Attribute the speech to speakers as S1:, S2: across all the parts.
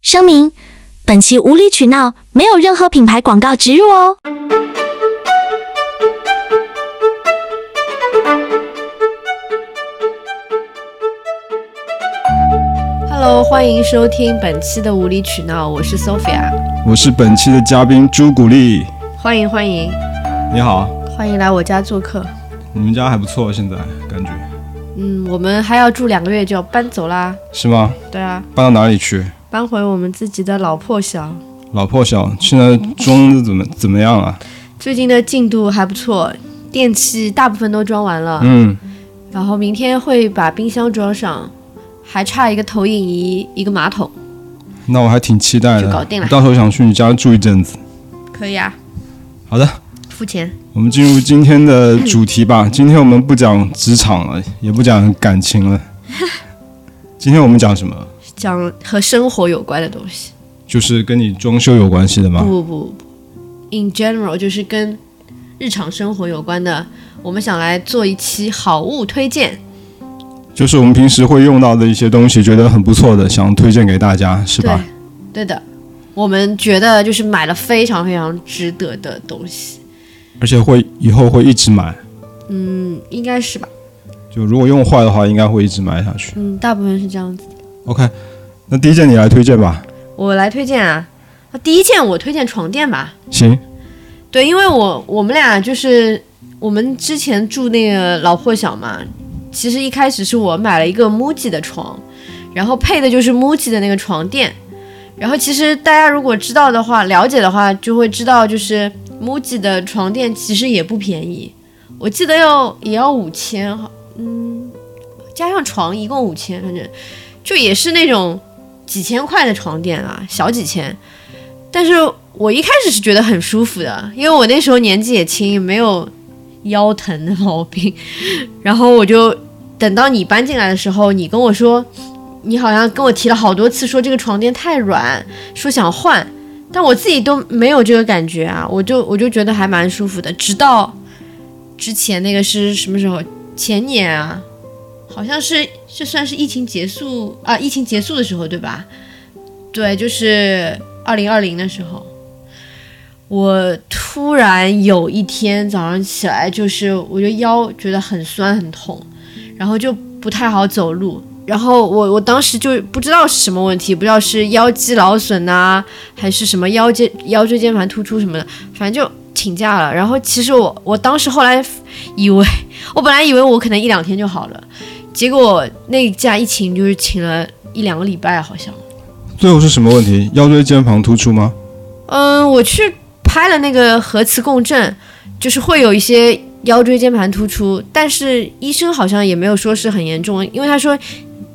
S1: 声明：本期无理取闹，没有任何品牌广告植入哦。
S2: Hello，欢迎收听本期的无理取闹，我是 Sophia，
S3: 我是本期的嘉宾朱古力，
S2: 欢迎欢迎
S3: 你好，
S2: 欢迎来我家做客。
S3: 你们家还不错，现在感觉
S2: 嗯，我们还要住两个月就要搬走啦，
S3: 是吗？
S2: 对啊，
S3: 搬到哪里去？
S2: 搬回我们自己的老破小。
S3: 老破小，现在装的怎么怎么样啊？
S2: 最近的进度还不错，电器大部分都装完了，
S3: 嗯，
S2: 然后明天会把冰箱装上，还差一个投影仪、一个马桶。
S3: 那我还挺期待
S2: 就
S3: 的，
S2: 搞定了
S3: 我到时候想去你家住一阵子。
S2: 可以啊，
S3: 好的，
S2: 付钱。
S3: 我们进入今天的主 题吧。今天我们不讲职场了，也不讲感 情了，今天我们讲什么？
S2: 讲和生活有关的东西，
S3: 就是跟你装修有关系的吗？
S2: 不不不，in general 就是跟日常生活有关的。我们想来做一期好物推荐，
S3: 就是我们平时会用到的一些东西，觉得很不错的，想推荐给大家，是
S2: 对
S3: 吧？
S2: 对的，我们觉得就是买了非常非常值得的东西，
S3: 而且会以后会一直买。
S2: 嗯，应该是吧，
S3: 就如果用坏的话，应该会一直买下去。
S2: 嗯，大部分是这样子。
S3: OK，那第一件你来推荐吧。
S2: 我来推荐啊，啊第一件我推荐床垫吧，
S3: 行，
S2: 对，因为我我们俩就是我们之前住那个老破小嘛，其实一开始是我买了一个 MUJI 的床，然后配的就是 MUJI 的那个床垫。然后其实大家如果知道的话，了解的话，就会知道就是 MUJI 的床垫其实也不便宜，我记得要也要五千，嗯，加上床一共五千，反正就也是那种几千块的床垫啊，小几千。但是我一开始是觉得很舒服的，因为我那时候年纪也轻，也没有腰疼的毛病。然后我就等到你搬进来的时候，你跟我说，你好像跟我提了好多次，说这个床垫太软，说想换，但我自己都没有这个感觉啊，我就我就觉得还蛮舒服的。直到之前那个是什么时候？前年啊，好像是这算是疫情结束啊，疫情结束的时候对吧？对，就是二零二零的时候，我突然有一天早上起来，就是我就腰觉得很酸很痛，然后就不太好走路。然后我我当时就不知道是什么问题，不知道是腰肌劳损呐、还是什么腰间腰椎间盘突出什么的，反正就请假了。然后其实我我当时后来以为， 我本来以为我可能一两天就好了，结果那假一请就是请了一两个礼拜，好像。
S3: 最后是什么问题？腰椎间盘突出吗？
S2: 嗯，我去拍了那个核磁共振，就是会有一些腰椎间盘突出，但是医生好像也没有说是很严重，因为他说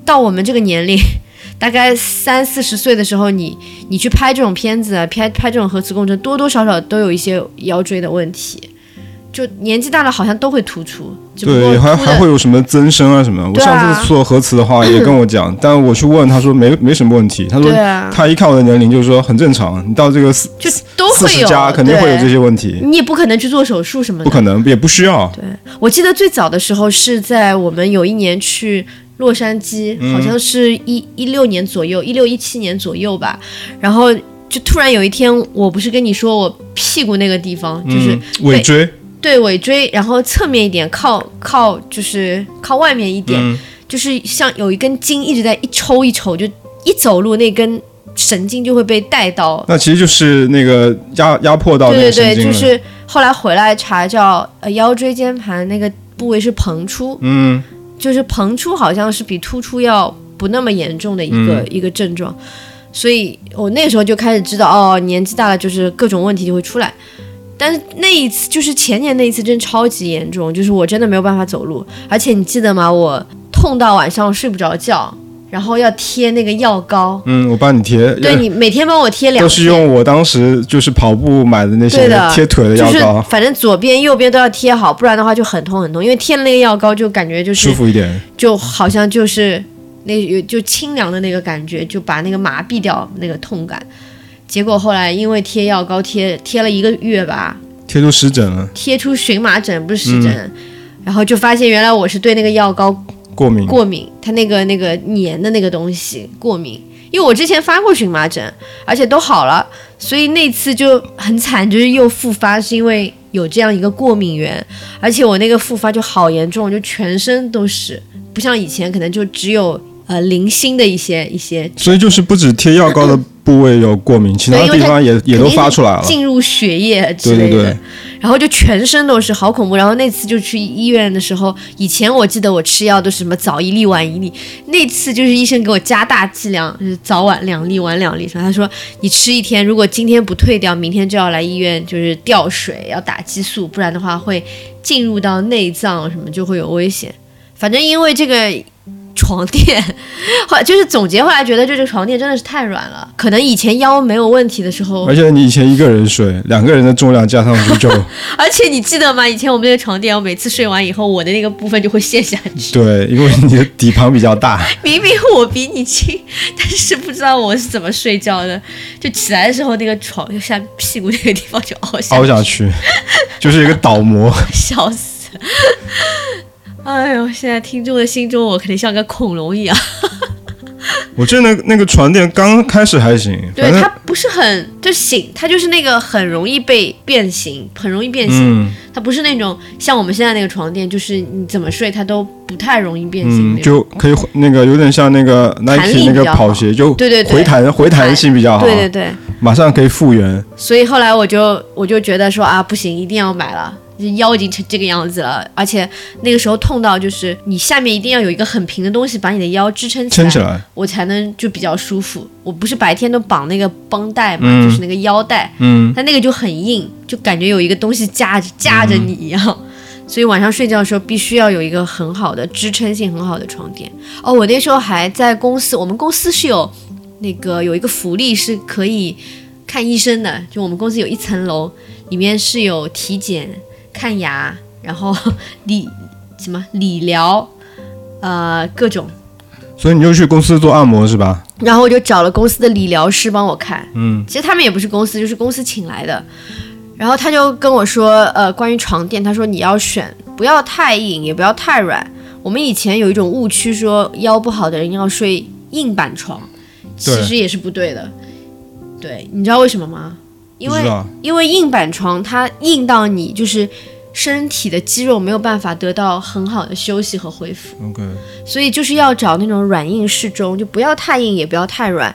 S2: 到我们这个年龄， 大概三四十岁的时候，你你去拍这种片子啊，拍拍这种核磁共振，多多少少都有一些腰椎的问题，就年纪大了好像都会突出，只不过
S3: 对，还
S2: 凸的
S3: 还会有什么增生啊什么？我
S2: 对啊
S3: 上次做核磁的话也跟我讲，但我去问他说没没什么问题，他说
S2: 对啊，
S3: 他一看我的年龄就说很正常，你到这个四
S2: 就都
S3: 四
S2: 会
S3: 十
S2: 有，
S3: 加肯定会有
S2: 对
S3: 这些问题，
S2: 你也不可能去做手术什么的，
S3: 不可能也不需要。
S2: 我记得最早的时候是在我们有一年去洛杉矶，
S3: 嗯
S2: 好像是一一六年左右，一六一七年左右吧。然后就突然有一天，我不是跟你说我屁股那个地方，就是、
S3: 嗯，尾椎，
S2: 对尾椎，然后侧面一点，靠靠就是靠外面一点，
S3: 嗯，
S2: 就是像有一根筋一直在一抽一抽，就一走路那根神经就会被带到。
S3: 那其实就是那个压压迫到那
S2: 对对
S3: 个神
S2: 对，
S3: 经
S2: 就
S3: 了。
S2: 是后来回来查叫呃腰椎间盘那个部位是膨出，
S3: 嗯，
S2: 就是膨出好像是比突出要不那么严重的一个、
S3: 嗯
S2: 一个症状，所以我那时候就开始知道哦，年纪大了就是各种问题就会出来。但是那一次就是前年那一次真超级严重，就是我真的没有办法走路，而且你记得吗？我痛到晚上睡不着觉，然后要贴那个药膏，
S3: 嗯，我帮你贴，
S2: 对你每天帮我贴两
S3: 都是
S2: 天。
S3: 用我当时就是跑步买的那些
S2: 对的
S3: 贴腿的
S2: 就
S3: 药
S2: 是
S3: 膏，
S2: 反正左边右边都要贴好，不然的话就很痛很痛。因为贴了那个药膏，就感觉就是
S3: 舒服一点。
S2: 就好像就是那有就清凉的那个感觉，就把那个麻痹掉那个痛感。结果后来因为贴药膏贴贴了一个月吧，
S3: 贴出湿疹了，
S2: 贴出荨麻疹不是湿疹，然后就发现原来我是对那个药膏
S3: 过敏。
S2: 过敏，它那个那个粘的那个东西过敏，因为我之前发过荨麻疹，而且都好了，所以那次就很惨，就是又复发，是因为有这样一个过敏源，而且我那个复发就好严重，就全身都是，不像以前可能就只有呃零星的一些一些
S3: 所以就是不止贴药膏的部位有过敏，其他
S2: 对因为
S3: 地
S2: 它
S3: 方也也都
S2: 肯定
S3: 发出来了。
S2: 进入血液之
S3: 对
S2: 类的，
S3: 对对，
S2: 然后就全身都是，好恐怖。然后那次就去医院的时候，以前我记得我吃药都是什么早一粒晚一粒，那次就是医生给我加大剂量，就是早晚两粒晚两粒。他说你吃一天，如果今天不退掉，明天就要来医院就是吊水，要打激素，不然的话会进入到内脏什么就会有危险。反正因为这个床垫， 后来就是总结后来觉得这个床垫真的是太软了，可能以前腰没有问题的时候
S3: 而且你以前一个人睡，两个人的重量加上 去就。
S2: 而且你记得吗？以前我们那个床垫，我每次睡完以后，我的那个部分就会陷下去
S3: 对，因为你的底盘比较大。
S2: 明明我比你轻，但是不知道我是怎么睡觉的，就起来的时候，那个床就下屁股那个地方就凹下去，
S3: 凹下去，就是一个倒模。
S2: 笑死！哎呦，现在听众的心中，我肯定像个恐龙一样。
S3: 我记得那那个床垫刚开始还行，
S2: 对，
S3: 反
S2: 它
S3: 正
S2: 不是很就醒，它就是那个很容易被变形，很容易变形。
S3: 嗯
S2: 它不是那种像我们现在那个床垫，就是你怎么睡它都不太容易变形
S3: 嗯
S2: 那种。
S3: 就可以那个有点像那个
S2: 弹力
S3: Nike 那
S2: 比
S3: 个
S2: 较好
S3: 跑鞋，就
S2: 对对对
S3: 回弹回弹性比较好，
S2: 对对对。
S3: 马上可以复原。
S2: 所以后来我就我就觉得说啊，不行，一定要买了。腰已经成这个样子了，而且那个时候痛到就是你下面一定要有一个很平的东西把你的腰支撑起来，
S3: 撑起来
S2: 我才能就比较舒服。我不是白天都绑那个绷带嘛，
S3: 嗯
S2: 就是那个腰带，
S3: 嗯，
S2: 但那个就很硬，就感觉有一个东西架着架
S3: 嗯
S2: 着你一样。所以晚上睡觉的时候必须要有一个很好的支撑性很好的床垫。哦，我那时候还在公司，我们公司是有那个有一个福利是可以看医生的，就我们公司有一层楼，里面是有体检、看牙，然后 理什么理疗，呃各种。
S3: 所以你就去公司做按摩是吧？
S2: 然后我就找了公司的理疗师帮我看，
S3: 嗯，
S2: 其实他们也不是公司，就是公司请来的。然后他就跟我说，呃，关于床垫，他说你要选不要太硬，也不要太软。我们以前有一种误区，说腰不好的人要睡硬板床，其
S3: 对
S2: 实也是不对的。对，你知道为什么吗？因
S3: 不
S2: 为
S3: 知道
S2: 因为硬板床它硬到你就是身体的肌肉没有办法得到很好的休息和恢复。
S3: OK，
S2: 所以就是要找那种软硬适中，就不要太硬，也不要太软。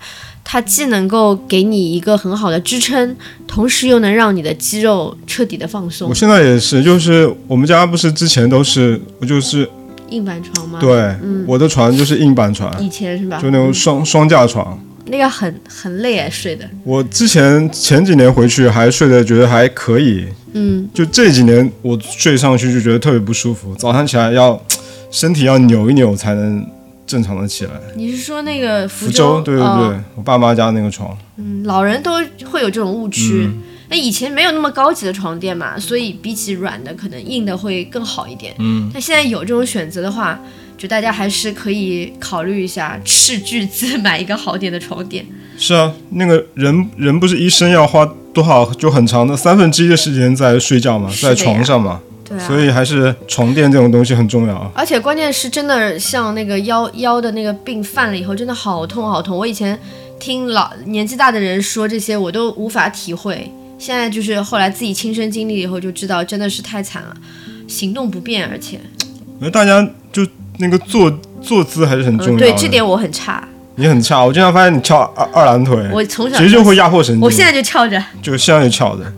S2: 它既能够给你一个很好的支撑，同时又能让你的肌肉彻底的放松
S3: 我。现在也是，就是我们家不是之前都是我就是
S2: 硬板床吗？，
S3: 对我的床就是啊嗯硬板床，
S2: 以前是吧？
S3: 就那种双双架床。
S2: 那个很很累哎，睡的。
S3: 我之前前几年回去还睡得觉得还可以，
S2: 嗯，
S3: 就这几年我睡上去就觉得特别不舒服，早上起来要身体要扭一扭才能正常的起来。
S2: 你是说那个
S3: 福
S2: 福
S3: 州，对对对，
S2: 哦
S3: 我爸妈家那个床，
S2: 嗯，老人都会有这种误区。
S3: 嗯
S2: 那、以前没有那么高级的床垫嘛，所以比起软的，可能硬的会更好一点。嗯，但现在有这种选择的话，就大家还是可以考虑一下，斥巨资买一个好点的床垫。
S3: 是啊，那个人人不是一生要花多少就很长的三分之一的时间在睡觉嘛，
S2: 是的
S3: 在
S2: 呀
S3: 床上嘛，
S2: 对啊，
S3: 所以还是床垫这种东西很重要啊。
S2: 而且关键是真的像那个腰腰的那个病犯了以后，真的好痛好痛。我以前听老年纪大的人说这些，我都无法体会。现在就是后来自己亲身经历以后，就知道真的是太惨了，行动不便，而且，
S3: 我觉得大家就那个坐坐姿还是很重要
S2: 嗯，
S3: 的，
S2: 对这点我很差，
S3: 你很差，我经常发现你翘二二郎腿，
S2: 我从小
S3: 其实就会压迫神经。
S2: 我现在就翘着，
S3: 就像有巧 的，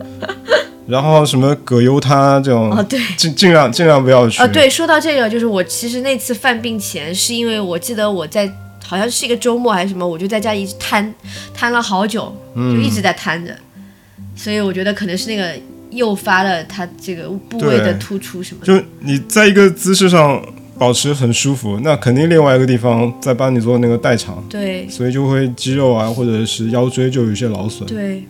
S3: 然后什么葛优瘫这种，
S2: 哦 对。
S3: 尽尽量尽量不要去。
S2: 啊，，对，说到这个，就是我其实那次犯病前，是因为我记得我在好像是一个周末还是什么，我就在家一直瘫瘫了好久，就
S3: 嗯
S2: 一直在瘫着，所以我觉得可能是那个诱发了他这个部位的
S3: 对
S2: 突出什么的。
S3: 就你在一个姿势上保持很舒服，那肯定另外一个地方在帮你做那个代偿，
S2: 对
S3: 所以就会肌肉啊或者是腰椎就有一些劳损。
S2: 对，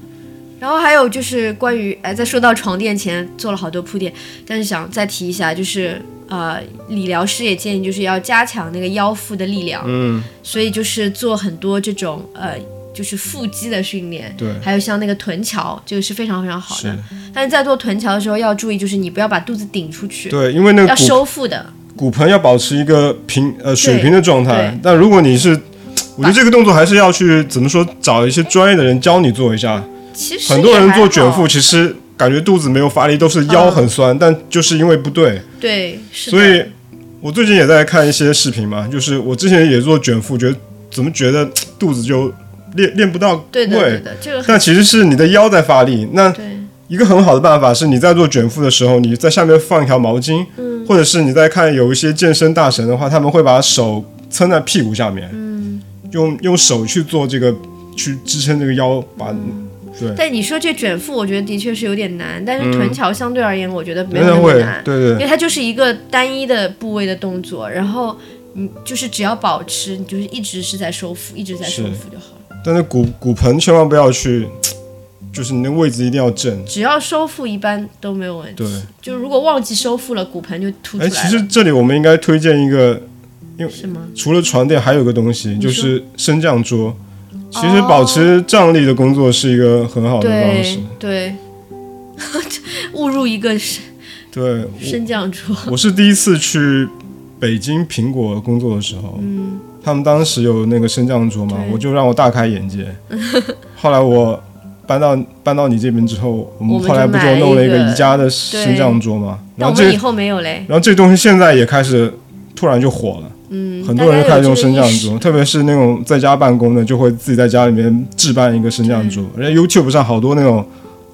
S2: 然后还有就是关于哎，在说到床垫前做了好多铺垫，但是想再提一下，就是呃，理疗师也建议就是要加强那个腰腹的力量，
S3: 嗯，
S2: 所以就是做很多这种呃，就是腹肌的训练，
S3: 对
S2: 还有像那个臀桥，这个是非常非常好的
S3: 是。
S2: 但是在做臀桥的时候要注意，就是你不要把肚子顶出去，
S3: 对，因为那个
S2: 要
S3: 骨
S2: 收腹的。
S3: 骨盆要保持一个平呃水平的状态
S2: 对，
S3: 但如果你是。我觉得这个动作还是要去怎么说，找一些专业的人教你做一下。
S2: 其实
S3: 很多
S2: 也
S3: 人
S2: 还
S3: 做卷
S2: 好
S3: 腹，，其实感觉肚子没有发力，都是腰很酸，但就是因为不对。
S2: 对，嗯是的
S3: 所以我最近也在看一些视频嘛，就是我之前也做卷腹，觉得怎么觉得嘖肚子就练练不到位，
S2: 对的对的，这个很
S3: 但其实是你的腰在发力。那
S2: 对
S3: 一个很好的办法是，你在做卷腹的时候，你在下面放一条毛巾，
S2: 嗯
S3: 或者是你在看有一些健身大神的话，他们会把手撑在屁股下面，
S2: 嗯
S3: 用用手去做这个去支撑这个腰，把、对。
S2: 但你说这卷腹，我觉得的确是有点难，但是
S3: 嗯
S2: 臀桥相对而言，我觉得没有
S3: 真
S2: 那
S3: 的
S2: 么
S3: 会
S2: 难，，
S3: 对
S2: 因
S3: 对
S2: 为它就是一个单一的部位的动作，然后你就是只要保持，你就是一直是在收腹，一直在收
S3: 是
S2: 腹就好了。
S3: 但是骨骨盆千万不要去，就是你的位置一定要正。
S2: 只要收腹，一般都没有问题。
S3: 对，
S2: 就如果忘记收腹了，骨盆就凸出来
S3: 哎，
S2: 了，
S3: 其实这里我们应该推荐一个，
S2: 是吗？
S3: 除了床垫还有一个东西，
S2: 说哦
S3: 就是升降桌。其实保持站立的工作是一个很好的方式
S2: 对。对， 误入一个升
S3: 对，
S2: 升降桌。
S3: 我我是第一次去北京苹果工作的时候，他们当时有那个升降桌嘛，
S2: 嗯对
S3: 我就让我大开眼 界。后来我搬到搬到你这边之后，我们
S2: 我们就
S3: 后来不就
S2: 买
S3: 弄了
S2: 一
S3: 一
S2: 个
S3: 个宜家的升降桌嘛，
S2: 那
S3: 然
S2: 我
S3: 后这
S2: 们以后没有嘞。
S3: 然后这东西现在也开始突然就火了，
S2: 嗯，
S3: 很多人就
S2: 大家
S3: 开
S2: 有
S3: 始
S2: 这个
S3: 用升
S2: 意
S3: 降
S2: 识
S3: 桌，特别是那种在家办公的，就会自己在家里面置办一个升降
S2: 嗯
S3: 桌。人家 YouTube 上好多那种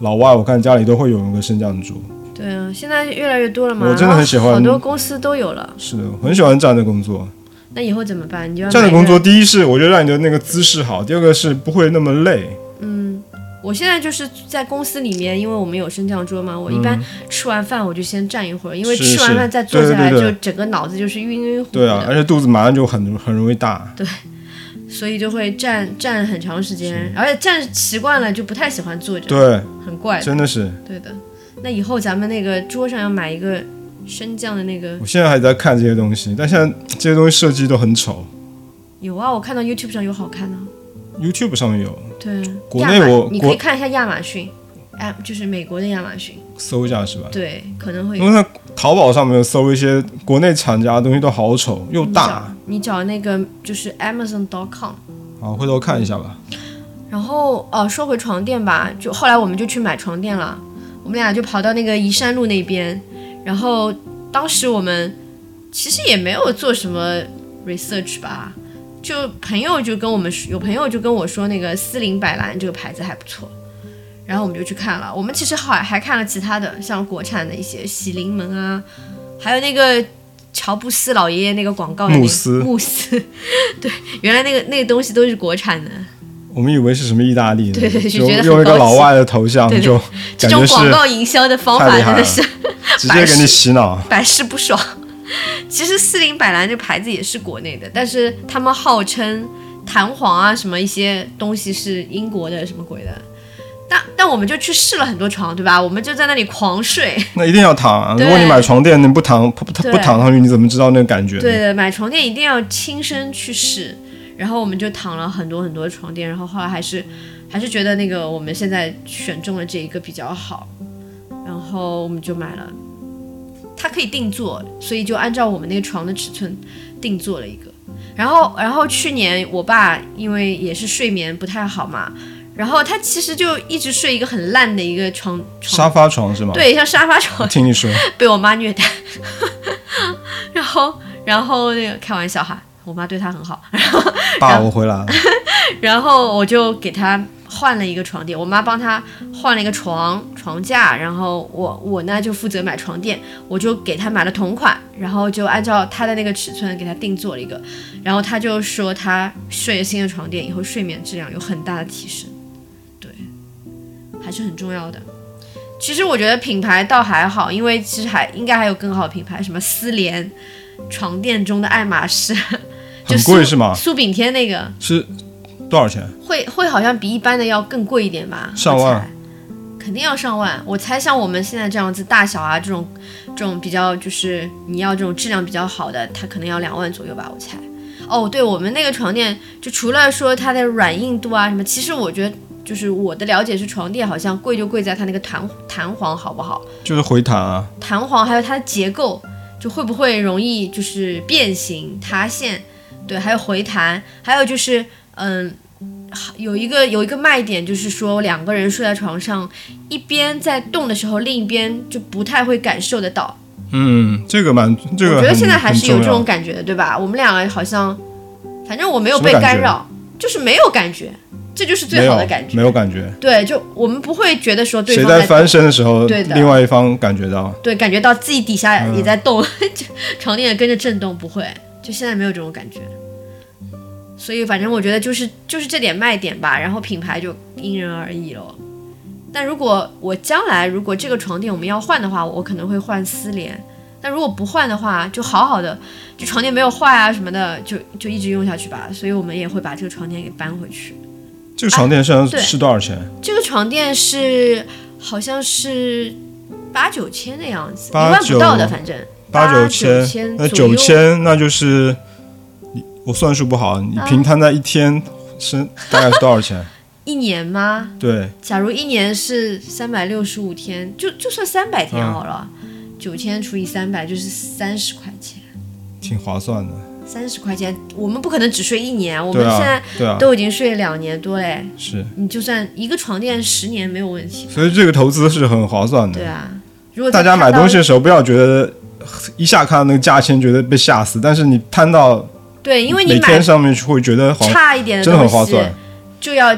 S3: 老外，我看家里都会有一个升降桌。
S2: 对啊，现在越来越多了嘛。
S3: 我真的很喜欢
S2: 然后好多公司都有了。
S3: 是的，我很喜欢站着工作。
S2: 那以后怎么办？你就要
S3: 站着
S2: 买一个
S3: 工作，。第一是我觉得让你的那个姿势好，第二个是不会那么累。
S2: 我现在就是在公司里面，因为我们有升降桌嘛，我一般吃完饭我就先站一会儿，因为
S3: 嗯是
S2: 吃完
S3: 是
S2: 饭再坐
S3: 对
S2: 下
S3: 对
S2: 来，
S3: 对
S2: 就
S3: 对
S2: 整个脑子就是晕晕乎乎
S3: 对啊，而
S2: 的，
S3: 且肚子马上就很很容易大。
S2: 所以就会站站很长时间，而且站习惯了就不太喜欢坐着，
S3: 嗯对，啊
S2: 很怪的。
S3: 真的是。
S2: 对的，那以后咱们那个桌上要买一个升降的那个，
S3: 我现在还在看这些东西，但现在这些东西设计都很丑。
S2: 有啊，我看到 YouTube 上有好看的。
S3: YouTube 上面有，
S2: 对，
S3: 国
S2: 亚
S3: 内
S2: 马
S3: 我
S2: 你可
S3: 国
S2: 以看一下亚马逊，哎，就是美国的亚马逊，
S3: 搜一下是吧？
S2: 对，可能会
S3: 因为在淘宝上面搜一些国内厂家的东西都好丑又大，
S2: 你找那个就是 Amazon.com。
S3: 好啊回头看一下吧。
S2: 然后呃，说回床垫吧，就后来我们就去买床垫了，我们俩就跑到那个宜山路那边，然后当时我们其实也没有做什么 research 吧，就朋友就跟我们说有朋友就跟我说那个斯林百兰这个牌子还不错，然后我们就去看了，我们其实还还看了其他的，像国产的一些喜临门啊，还有那个。乔布斯老爷爷那个广告的那个
S3: 慕斯
S2: 慕斯， 对，原来那个那个东西都是国产的，
S3: 我们以为是什么意大利呢，
S2: 对对
S3: 就
S2: 觉得很
S3: 用一
S2: 高
S3: 个
S2: 级
S3: 老外的头像
S2: 对对
S3: 就
S2: 这
S3: 感
S2: 种
S3: 觉
S2: 广
S3: 是
S2: 告营销的方
S3: 太
S2: 法
S3: 厉害
S2: 真的
S3: 了
S2: 是
S3: 直接给你洗脑。
S2: 百试不爽。其实四零百兰这牌子也是国内的，但是他们号称弹簧啊什么一些东西是英国的什么鬼的，但但我们就去试了很多床，对吧？我们就在那里狂睡。
S3: 那一定要躺啊，
S2: 对
S3: 如果你买床垫，你不躺不不
S2: 对
S3: 不躺上去，你怎么知道那个感觉？
S2: 对，的，买床垫一定要亲身去试。然后我们就躺了很多很多床垫，然后后来还是还是觉得那个我们现在选中了这一个比较好，然后我们就买了。它可以定做，所以就按照我们那个床的尺寸定做了一个。然后，然后去年我爸因为也是睡眠不太好嘛，然后他其实就一直睡一个很烂的一个床
S3: 沙
S2: 床，
S3: 发床是吗？，
S2: 对，像沙发床
S3: 听 你说，
S2: 被我妈虐待，然后然后那个开玩笑哈，我妈对她很好，
S3: 爸，我回来了。
S2: 然后我就给她换了一个床垫，我妈帮她换了一个床床架，然后我我呢就负责买床垫，我就给她买了同款，然后就按照她的那个尺寸给她定做了一个，然后她就说她睡了新的床垫以后睡眠质量有很大的提升，对，还是很重要的。其实我觉得品牌倒还好，因为其实还应该还有更好的品牌，什么丝联床垫中的爱马仕， 就
S3: 很
S2: 苏
S3: 贵是吗
S2: 苏炳添那个
S3: 是多少钱？
S2: 会会好像比一般的要更贵一点吧？
S3: 上万
S2: 我猜，肯定要上万。我猜像我们现在这样子大小啊，这种这种比较就是你要这种质量比较好的，它可能要两万左右吧，我猜。哦，对我们那个床垫，就除了说它的软硬度啊什么，其实我觉得就是我的了解是床垫好像贵就贵在它那个弹弹簧好不好？
S3: 就是回弹啊，
S2: 弹簧还有它的结构，就会不会容易就是变形塌陷，对，还有回弹，还有就是嗯。有一个有一个卖点就是说，两个人睡在床上，一边在动的时候，另一边就不太会感受得到。
S3: 嗯，这个蛮这
S2: 我
S3: 个很，
S2: 觉得现在还是有
S3: 很
S2: 这
S3: 重要
S2: 种感觉的，对吧？我们两个好像，反正我没有被
S3: 什么感
S2: 干
S3: 觉
S2: 扰，就是没有感觉，这就是最好的感觉。
S3: 没有没有感觉。
S2: 对，就我们不会觉得说对
S3: 谁
S2: 方在
S3: 在翻身的时候，
S2: 对的
S3: 另外一方感觉到，
S2: 对，感觉到自己底下也在动， 就床垫也跟着震动，不会，就现在没有这种感觉。所以反正我觉得就是就是这点卖点吧，然后品牌就因人而异咯。但如果我将来如果这个床垫我们要换的话，我可能会换丝联。但如果不换的话，就好好的，就床垫没有坏啊什么的，就就一直用下去吧。所以我们也会把这个床垫给搬回去。
S3: 这个床垫是、
S2: 对
S3: 是多少钱？
S2: 这个床垫是好像是八九千的样子，一
S3: 八
S2: 万不到的，
S3: 九
S2: 反正
S3: 八
S2: 九
S3: 千，那
S2: 左右
S3: 九，千那就是你我算数不好，
S2: 啊
S3: 你平摊在一天是大概是多 少钱？
S2: 一年吗？
S3: 对，
S2: 假如一年是三百六十五天，就就算三百天
S3: 嗯
S2: 好了，九千、除以三百就是三十块钱，
S3: 挺划算的。
S2: 三十块钱，我们不可能只睡一年，我们
S3: 对
S2: 现
S3: 啊
S2: 在，
S3: 对啊，
S2: 都已经睡了两年多嘞，
S3: 是，
S2: 你就算一个床垫十年没有问题，
S3: 所以这个投资是很划算的
S2: 对。啊。如果
S3: 嗯大家
S2: 再
S3: 买
S2: 看到
S3: 东西的时候，不要觉得一下看到那个价钱觉得被吓死，但是你摊到
S2: 对，因为你
S3: 每天
S2: 买
S3: 上面去会觉得好，
S2: 差一点的
S3: 真的
S2: 东
S3: 很
S2: 西哎
S3: 划算，
S2: 就要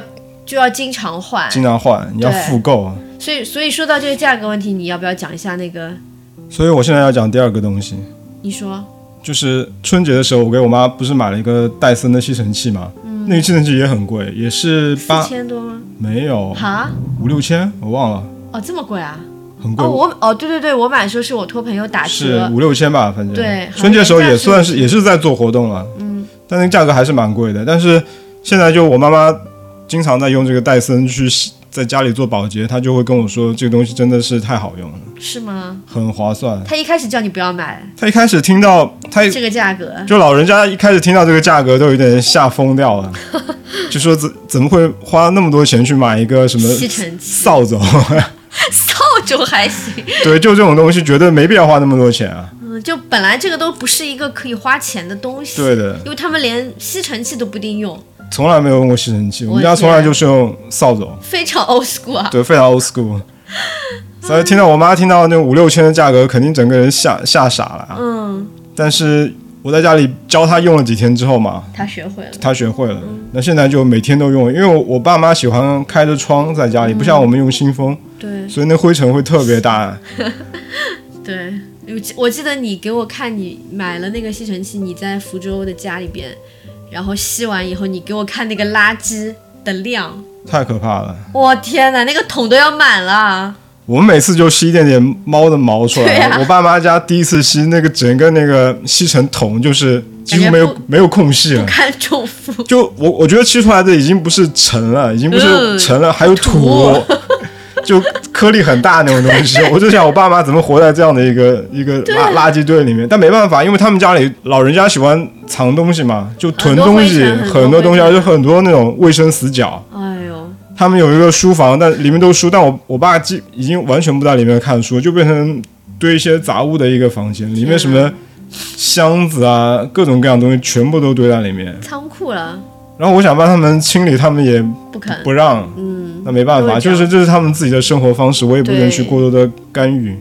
S2: 就要经常换，
S3: 经常换，你要
S2: 对
S3: 复购。啊
S2: 所以所以说到这个价格问题，你要不要讲一下那个？
S3: 所以我现在要讲第二个东西，
S2: 你说
S3: 就是春节的时候，我给我妈不是买了一个戴森的吸尘器嘛，那个吸尘器也很贵，也是
S2: 嗯四
S3: 八
S2: 千多吗？
S3: 没有
S2: 哈？
S3: 五六千，我忘了，
S2: 哦，这么贵啊？
S3: 很贵，
S2: 哦，我哦，对对对，我买的时候是我托朋友打
S3: 是
S2: 折，
S3: 五六千吧，反正
S2: 对好像
S3: 春节的时候
S2: 原
S3: 也
S2: 价是
S3: 算是也是在做活动了，嗯，但那个价格还是蛮贵的。但是现在就我妈妈经常在用这个戴森去洗在家里做保洁，她就会跟我说这个东西真的是太好用了，
S2: 是吗？
S3: 很划算。
S2: 他一开始叫你不要买
S3: 她一开始听到她
S2: 这个价格，
S3: 就老人家一开始听到这个价格都有点吓疯 掉了，就说怎怎么会花那么多钱去买一个什么
S2: 吸尘器
S3: 扫帚？
S2: 扫帚还行，
S3: 对，就这种东西绝对没必要花那么多钱啊。
S2: 嗯，就本来这个都不是一个可以花钱的东西，
S3: 对的，
S2: 因为他们连吸尘器都不一定用，
S3: 从来没有用过吸尘器，我们
S2: 我的
S3: 家从来
S2: 天
S3: 就是用扫帚，
S2: 非常 old school 啊。
S3: 对，非常 old school。所以听到我妈听到那五六千的价格，肯定整个人吓吓傻了啊。
S2: 嗯，
S3: 但是我在家里教她用了几天之后嘛，
S2: 他学会了，
S3: 她学会了。那现在就每天都用，因为我我爸妈喜欢开着窗在家里，
S2: 嗯
S3: 不像我们用新风，
S2: 对
S3: 所以那灰尘会特别大。
S2: 对。我记我记得你给我看你买了那个吸尘器，你在福州的家里边，然后吸完以后，你给我看那个垃圾的量，
S3: 太可怕了！
S2: 我天哪，那个桶都要满了。
S3: 我们每次就吸一点点猫的毛出
S2: 对
S3: 来。
S2: 啊
S3: 我爸妈家第一次吸那个整个那个吸尘桶，就是几乎没
S2: 感
S3: 有
S2: 觉
S3: 没有空隙了
S2: 不。堪重负。
S3: 就我我觉得吸出来的已经不是尘了，已经不
S2: 嗯
S3: 是尘了，还有土，哦
S2: 哦
S3: 就颗粒很大那种东西。我就想我爸妈怎么活在这样的一个一个垃垃圾堆里面，但没办法，因为他们家里老人家喜欢藏东西嘛，就囤东西，
S2: 很多灰尘
S3: 很
S2: 很多
S3: 多东西，
S2: 灰
S3: 而
S2: 尘
S3: 且很多那种卫生死角。
S2: 哎呦，
S3: 他们有一个书房，但里面都是书，但我我爸基已经完全不在里面看书，就变成堆一些杂物的一个房间，里面什么箱子啊，各种各样的东西全部都堆在里面。
S2: 仓库了，
S3: 然后我想帮他们清理，他们也
S2: 不肯。
S3: 不让，
S2: 嗯，
S3: 那没办
S2: 都
S3: 法，
S2: 会这
S3: 就
S2: 样
S3: 是这是他们自己的生活方式，我也不能去
S2: 对
S3: 过多的干预。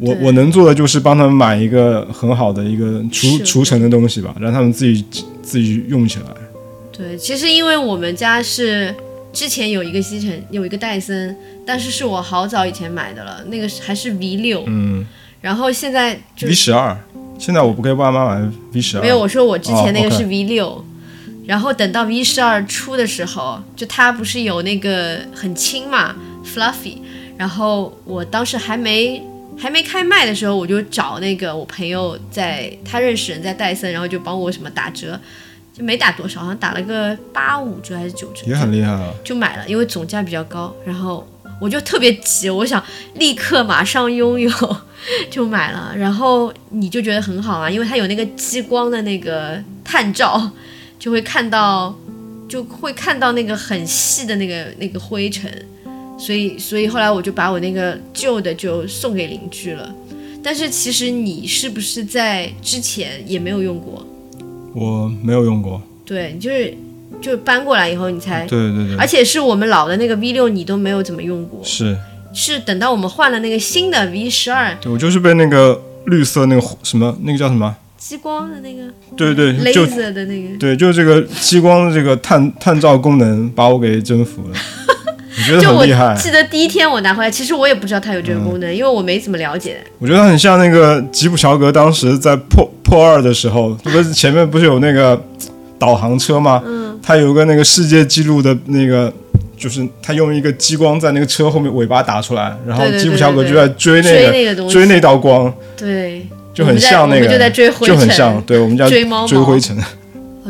S3: 我
S2: 对
S3: 我能做的就是帮他们买一个很好的一个除
S2: 是的
S3: 除尘的东西吧，让他们自己自己用起来。
S2: 对，其实因为我们家是之前有一个吸尘，有一个戴森，但是是我好早以前买的了，那个是还是 V 六、
S3: 嗯
S2: 然后现在就
S3: ，V 十二，现在我不给爸妈买 V 十二，
S2: 没有，我说我之前那个
S3: 哦
S2: 是
S3: ，OK
S2: V 六、然后等到 V 十二出的时候，就它不是有那个很轻嘛，fluffy，然后我当时还没还没开卖的时候，我就找那个我朋友在他认识人在戴森，然后就帮我什么打折，就没打多少，好像打了个八五折还是九折，
S3: 也很厉害啊。
S2: 就买了，因为总价比较高，然后我就特别急，我想立刻马上拥有， 就买了。然后你就觉得很好啊，因为它有那个激光的那个探照，就会看到，就会看到那个很细的那个那个灰尘，所以所以后来我就把我那个旧的就送给邻居了。但是其实你是不是在之前也没有用过？
S3: 我没有用过。
S2: 对，你就是就搬过来以后你才，
S3: 对对
S2: 而
S3: 对，
S2: 且是我们老的那个 V 六你都没有怎么用过，
S3: 是
S2: 是等到我们换了那个新的 V 十二
S3: 对我就是被那个绿色那个什么那个叫什么？
S2: 激光的那个
S3: 对对，嗯就
S2: laser 的那个，
S3: 对，就这个激光的这个探探照功能把我给征 服了，我觉得
S2: 就
S3: 很
S2: 我
S3: 厉害。嗯
S2: 记得第一天我拿回来，其实我也不知道它有这个功能，因为我没怎么了解。
S3: 我觉得很像那个吉普乔格当时在破破二的时候，不是前面不是有那个导航车吗？嗯，他有一个那个世界纪录的那个，就是他用一个激光在那个车后面尾巴打出来，然后
S2: 对对对
S3: 吉普乔格
S2: 对
S3: 就
S2: 对
S3: 在追那
S2: 追
S3: 个
S2: 那个东西
S3: 追那道光，
S2: 对，
S3: 就很像那
S2: 我们在我们就在
S3: 个，
S2: 追灰
S3: 就
S2: 尘，
S3: 很像，对我们叫
S2: 追猫毛
S3: 追灰尘，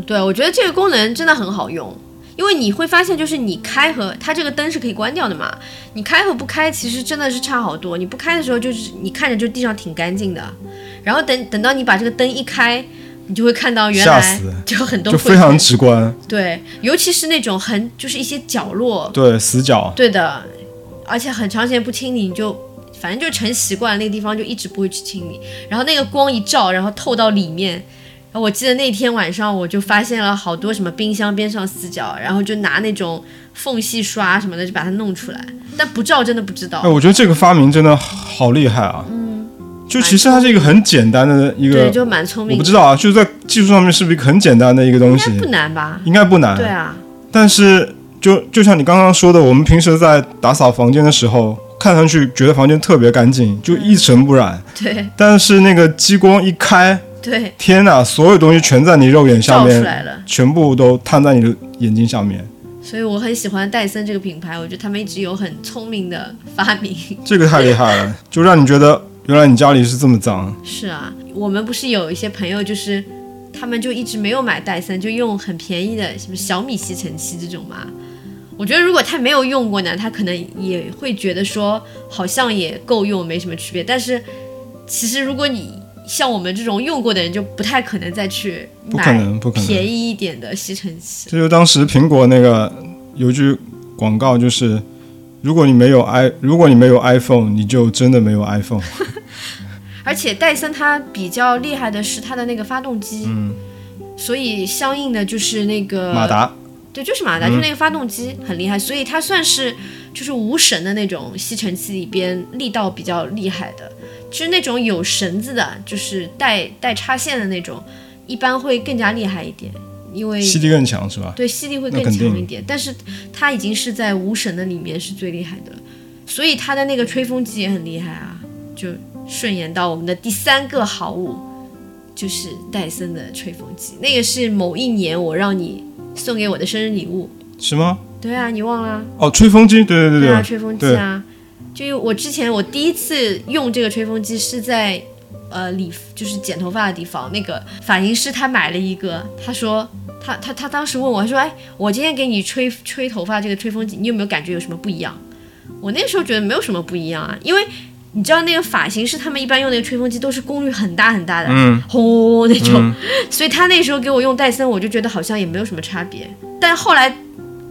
S2: 对，我觉得这个功能真的很好用，因为你会发现，就是你开和它这个灯是可以关掉的嘛，你开和不开其实真的是差好多。你不开的时候，就是你看着就地上挺干净的，然后等等到你把这个灯一开，你就会看到原
S3: 吓
S2: 来
S3: 死
S2: 就很多
S3: 就
S2: 灰
S3: 非常直观，
S2: 对，尤其是那种很就是一些角落，
S3: 对死角，
S2: 对的，而且很长时间不清理，你就反正就成习惯了那个地方，就一直不会去清理。然后那个光一照，然后透到里面，然后我记得那天晚上我就发现了好多什么冰箱边上死角，然后就拿那种缝隙刷什么的就把它弄出来，但不照真的不知道
S3: 哎，。我觉得这个发明真的好厉害啊！嗯，就其实它是一个很简单的一
S2: 对，
S3: 个，
S2: 就蛮聪
S3: 我
S2: 明
S3: 不
S2: 的，
S3: 知道啊，就是在技术上面是不是一个哎很简单的一个东
S2: 应
S3: 西
S2: 该？不难吧？
S3: 应该不难，
S2: 对啊，
S3: 但是就就像你刚刚说的，我们平时在打扫房间的时候，看上去觉得房间特别干净，就一尘不染，
S2: 对
S3: 但是那个激光一开，
S2: 对，
S3: 天呐，所有东西全在你肉眼下
S2: 照出
S3: 面，
S2: 来了。
S3: 全部都摊在你的眼睛下面，
S2: 所以我很喜欢戴森这个品牌，我觉得他们一直有很聪明的发明。
S3: 这个太厉害了，就让你觉得原来你家里是这么脏。
S2: 是啊，我们不是有一些朋友就是，他们就一直没有买戴森，就用很便宜的什么小米吸尘器这种嘛。我觉得如果他没有用过呢，他可能也会觉得说好像也够用，没什么区别。但是其实如果你像我们这种用过的人，就不太可能再去
S3: 不可
S2: 买
S3: 能，不可能！
S2: 便宜一点的吸尘器。
S3: 这就当时苹果那个有一句广告，就是如果你没有 i，如果你没有 iPhone，你就真的没有 iPhone。
S2: 而且戴森它比较厉害的是它的那个发动机，所以相应的就是那个
S3: 嗯马达，
S2: 对，就是马达，
S3: 嗯
S2: 就那个发动机很厉害，所以它算是就是无绳的那种吸尘器里边力道比较厉害的。就是那种有绳子的，就是带带插线的那种，一般会更加厉害一点，因为
S3: 吸力更强是吧？
S2: 对吸力会
S3: 那
S2: 更
S3: 肯
S2: 强
S3: 定
S2: 一点。但是它已经是在无绳的里面是最厉害的了，所以它的那个吹风机也很厉害啊。就顺延到我们的第三个好物，就是戴森的吹风机，那个是某一年我让你送给我的生日礼物。
S3: 是吗？
S2: 对啊，你忘了？
S3: 哦，吹风机，对对对
S2: 啊，
S3: 对，
S2: 吹风机啊，就我之前我第一次用这个吹风机是在呃理就是剪头发的地方，那个发型师他买了一个，他说他他他当时问我他说，哎，我今天给你吹吹头发这个吹风机，你有没有感觉有什么不一样？我那时候觉得没有什么不一样啊，因为。你知道那个发型师他们一般用那个吹风机都是功率很大很大的，
S3: 嗯
S2: 轰、那种，所以他那时候给我用戴森，我就觉得好像也没有什么差别。但后来